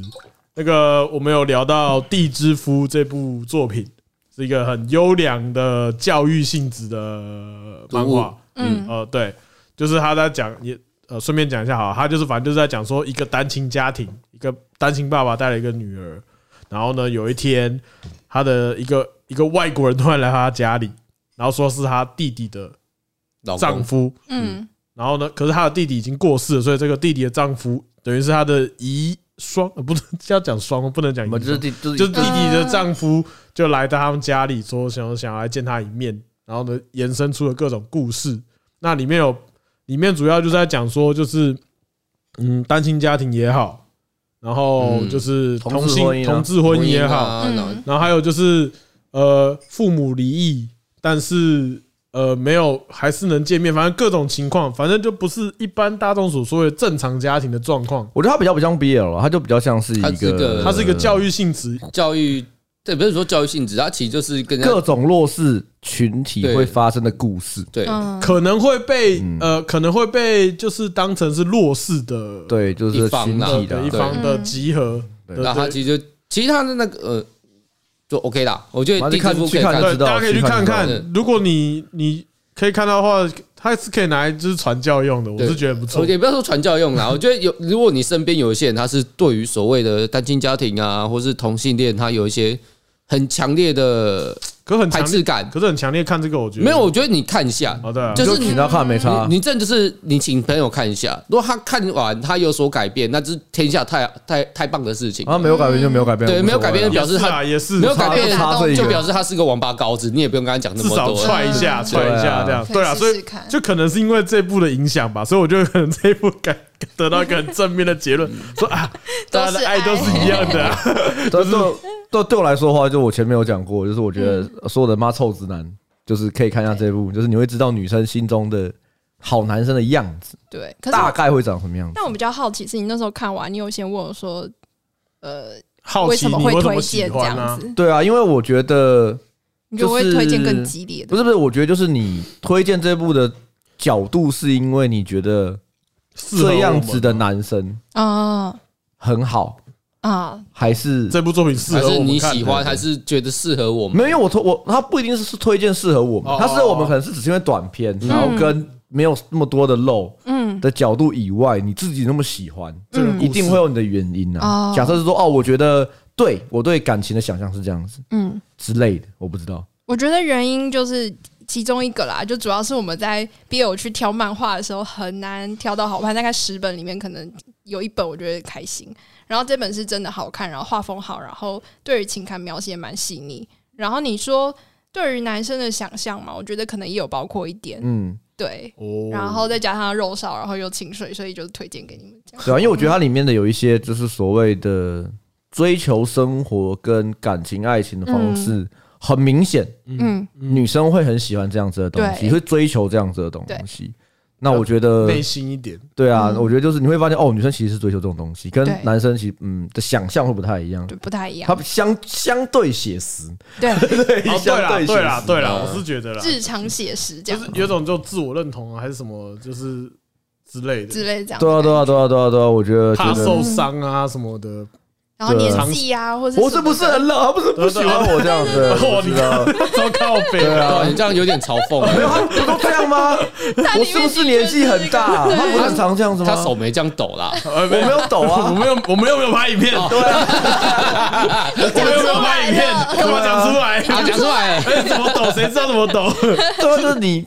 B: 那个我们有聊到《地之夫》这部作品。是一个很优良的教育性质的漫
D: 读物
B: 画，嗯，呃，对，就是他在讲也呃，顺便讲一下哈，他就是反正就是在讲说一个单亲家庭，一个单亲爸爸带了一个女儿，然后呢，有一天他的一个一个外国人突然来他家里，然后说是他弟弟的
D: 老
B: 丈
D: 公，
B: 夫，
A: 嗯
B: 然后呢，可是他的弟弟已经过世了，所以这个弟弟的丈夫等于是他的遗孀，呃，不能 要讲孀哦，不能讲
C: 我
B: 遗
C: 们就是
B: 孀，
C: 第就是
B: 就是弟弟的丈夫就来到他们家里，说想要想要来见他一面，然后呢，延伸出了各种故事。那里面有，里面主要就是在讲说，就是嗯，单亲家庭也好，然后
D: 嗯
B: 就是
C: 同
B: 同
C: 志
B: 性
C: 婚姻啊
B: 同志婚姻也好，
D: 啊，然后
A: 嗯
B: 然后还有就是呃，父母离异，但是呃没有还是能见面，反正各种情况，反正就不是一般大众所说的正常家庭的状况。
C: 我觉得他比较不像 BL，了他就比较像是一
D: 它是
C: 个
D: 个
B: 它是一个教育性质，
D: 教育，对，不是说教育性质，它其实就是跟人
B: 嗯
D: 家
C: 各种弱势群体
D: 对
C: 会发生的故事。
D: 对，
A: 嗯，
B: 可能会被呃可能会被就是当成是弱势的
C: 对，就
D: 一
C: 是
D: 方
C: 群
D: 啦
C: 体
B: 的
C: 的啊
B: 一方的集合。
C: 对
B: 对
D: 然后他
B: 对
D: 其实就其实他的那个呃，就 OK 啦，我觉得
C: 反
D: 第
C: 正
D: 一部可
C: 去
D: 以
C: 看
D: 看
C: 去看
B: 对，
C: 知道
B: 大家可以去
C: 去
B: 看
C: 看知道
B: 看
D: 对。
B: 如果你你可以看到的话，它是可以拿来就是传教用的，我
D: 对
B: 是觉得不
D: 我
B: 错。
D: 也不要说传教用 啦，我觉得有，如果你身边有一些人，他是对于所谓的单亲家庭啊，或是同性恋，他有一些很强烈的
B: 可很
D: 排
B: 强
D: 斥
B: 烈，
D: 感。
B: 可是很强烈看这个，我觉得哦啊
D: 没有，我觉得你看一下，
B: 好的，
D: 就是
C: 就请他看没差
D: 你。你这就是你请朋友看一下，如果他看完他有所改变，那就是天下太太太棒的事情。
C: 啊，没有改变就没有改变，
D: 对
C: 无所谓
D: 没有改变
C: 啊
D: 表示
B: 也是
D: 他
B: 啊也哦是
D: 没有
B: 差
D: 改变
A: 打动
C: 差这一
D: 就
C: 个
D: 表示他是个王八羔子，你也不用跟他讲那
B: 至
D: 么
B: 少
D: 多。
B: 踹一下，
A: 嗯
B: 踹一下这样，
A: 对啊
B: 对啊，所
A: 可以试
B: 以
A: 试看
B: 就可能是因为这部的影响吧，所以我就可能这一部感 得到一个很正面的结论，说啊，大家
A: 都是
B: 的爱
A: 爱
B: 都是一样的啊，
C: 对对对，对我来说的话，就我前面有讲过，就是我觉得所有的妈臭直男，就是可以看一下这一部，就是你会知道女生心中的好男生的样子，
A: 对。可是
C: 大概会长什么样子。
A: 但我比较好奇是，你那时候看完，你有先问我说，呃，
B: 好
A: 为
B: 奇
A: 什
B: 你
A: 么会
B: 为什
A: 推
B: 么喜
A: 荐这
B: 欢
A: 样
B: 呢？
A: 子？
C: 对啊，因为我觉得
A: 你就会推荐更激烈
C: 不
A: 的？
C: 是不是，我觉得就是你推荐这部的角度，是因为你觉得
B: 适合我
C: 这
B: 们
C: 样子的男生
A: 啊
C: 很好，
A: 啊，
C: 还是
B: 这部作品适
D: 还
B: 合
D: 是
B: 我
D: 你
B: 们看
D: 喜
B: 的
D: 欢，还是觉得适合我们？
C: 没有？因为我推我他不一定是推荐适合我
B: 哦
C: 们，他适合我们可能是只是因为短片，然后跟没有那么多的肉
A: 嗯
C: 的角度以外，你自己那么喜欢，
B: 这个故事
C: 一定会有你的原因啊
A: 哦。
C: 假设是说哦，我觉得对我对感情的想象是这样子
A: 嗯，
C: 之类的，我不知道。
A: 我觉得原因就是其中一个啦，就主要是我们在 BL 去挑漫画的时候很难挑到好看，大概十本里面可能有一本我觉得开心，然后这本是真的好看，然后画风好，然后对于情感描写也蛮细腻，然后你说对于男生的想象嘛，我觉得可能也有包括一点，
C: 嗯，
A: 对。
B: 哦，
A: 然后再加上肉少，然后又清水，所以就推荐给你们这样。
C: 对啊，因为我觉得它里面的有一些就是所谓的追求生活跟感情爱情的方式，很明显，
A: 嗯，
C: 女生会很喜欢这样子的东西，
A: 对
C: 会追求这样子的东西。那我觉得，
B: 内心一 点，
C: 对啊，我觉得就是你会发现，哦，女生其实是追求这种东西，跟
A: 嗯对
C: 男生其实嗯的想象会不太一样，
A: 就不太一
C: 它
A: 样。
C: 相相对写实，
A: 对，
C: 对
B: 哦，对啦，对啦，对啦，
D: 嗯
B: 我是觉得啦，
A: 日常写实这
B: 就
A: 样
B: 是有种就自我认同啊，还是什么，就是之类
A: 之
B: 的，
A: 类这样。
C: 对啊，对啊，对啊，对啊，对啊，我觉得
B: 怕
C: 觉得
B: 受伤啊什么的，
A: 然后年纪啊，或者
C: 我是不是很冷，他不是不喜欢哦我 这样子，
B: 哇，你
C: 知道
B: 看。糟靠北
C: 对啊
D: 哦，你这样有点嘲 讽。
C: 没有，他不都这样吗？
A: 但里
C: 我
A: 面
C: 是不是年纪很大？啊
A: 的确是
C: 他不是很常这样子吗？
D: 他手没这样抖啦，
B: 呃，
C: 我
B: 没
C: 没有哦抖
B: 我
C: 啊，
B: 们又我们又没有拍影片，对啊， 我们又没有拍影片，干嘛讲出来？
D: 他啊讲出来了，
B: 哎，怎么抖？谁知道怎么抖？
C: 对啊，就是你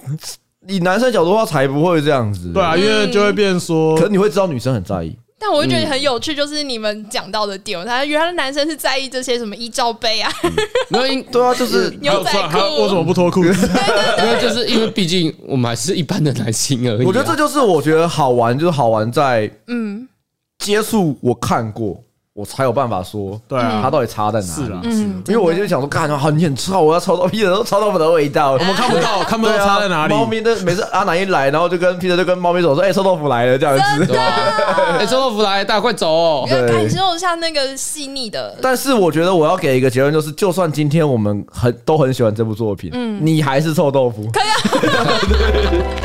C: 以男生角度的话才不会这样子，
B: 对。啊，因为就会变说
C: 可，是你会知道女生很在意，
A: 但我就
C: 嗯
A: 觉得很有趣，就是你们讲到的点，他原来男生是在意这些什么衣罩杯啊、
D: 没有因
C: 对啊，就是
A: 牛仔
B: 还有还有为什
A: 裤
B: 么，不脱裤子？
D: 没有，就是因为毕竟我们还是一般的男性而已啊。
C: 我觉得这就是我觉得好玩，就是好玩在
A: 嗯
C: 接触我看过，我才有办法说
B: 对啊，
C: 它到底差在哪
B: 是
C: 里
B: 啦。，
A: 嗯，
C: 因为我就想说，看，好，你很臭，我要抽到屁的，都抽到我的味道，我们
B: 看不到，看不到
C: 对啊
B: 哎差在哪里。
C: 猫咪的每次阿南一来，然后就跟 Peter 就跟猫咪说：“哎、臭豆腐来了。”这样子。
D: 对吧？哎，臭豆腐来，大家快走哦！
A: 要
C: 对
A: 啊感受一下那个细腻的，
C: 但是我觉得我要给一个结论，就是就算今天我们很都很喜欢这部作品，
A: 嗯
C: 你还是臭豆腐。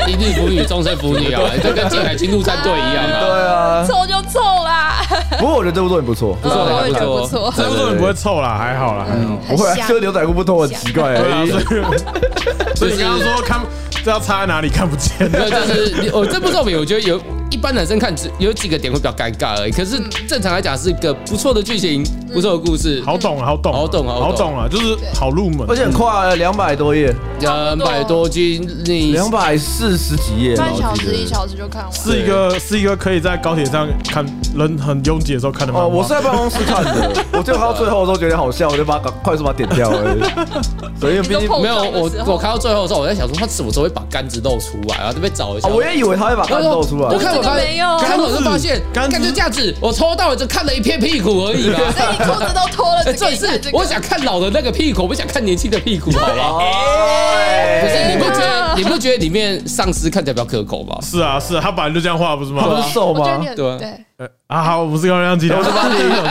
D: 一日腐女，终身腐女啊，这跟金海清陆战队一样
C: 对
D: 啊。
C: 啊，
A: 臭就臭啦，
C: 不过我觉得这部作品不错，
D: 不错
A: 我
D: 的，
A: 也觉得不
D: 错。
A: 错，
B: 这部作品不会臭啦，还好啦，还
A: 嗯
B: 好。
C: 不会啊
A: 很香
C: 就是牛仔裤不脱很奇怪
B: 对啊，
C: 而
B: 所
A: 嗯
B: 以所
C: 已。
B: 以你刚刚说看这要差在哪里看不见，
D: 没有，就是你我这部作品，我觉得有一般男生看只有几个点会比较尴尬而已。可是
A: 嗯
D: 正常来讲是一个不错的剧情，不错的故事，
B: 好懂啊，好懂啊，
D: 好懂好懂
B: 好懂啊，就是好入门，
C: 而且很快，啊两百多页，
D: 两百多斤，你
C: 两百四十几页，
A: 半小
C: 我
A: 时
C: 记
A: 一
C: 得
A: 小时就看完，
B: 是一个是一个可以在高铁上看人很拥挤的时候看的漫
C: 哦，
B: 画。
C: 我是在办公室看 的，我就看到最后的时候觉得好笑，我就把它快速把它点掉了。所以毕竟
A: 你都碰
D: 没有我
A: 碰撞的时候
D: 我看到最后的时候，我在想说他什么时候会把杆子露出来啊？这边找一下。
C: 啊，我也以为他会把蛋
D: 我
C: 露出来。
D: 哎我看我
A: 都
D: 发
A: 没有
D: 现，看我就发现，
B: 杆
D: 干
B: 子
D: 就这样子，我抽到了就看了一片屁股而已嘛。
A: 所以你裤子都脱了，
D: 哎，
A: 只
D: 这
A: 给
D: 也
A: 你
D: 是
A: 看这个。
D: 我想看老的那个屁股，我不想看年轻的屁股，好吧？
C: 哎
D: 不是，你不觉
A: 啊
D: 得你不觉得里面丧尸看起来比较可口 吗？
B: 是啊，是啊，他本来就这样画，不是吗
C: 他？不是瘦
A: 我觉得
C: 吗
A: 你？很
D: 对啊
A: 对，
B: 呃啊，好，我不是高亮吉他，我是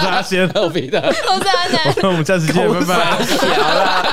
B: 阿先， 啊
D: 还有别的？
A: 我是阿南。
B: 那我们下次见，拜拜。
A: 好啦，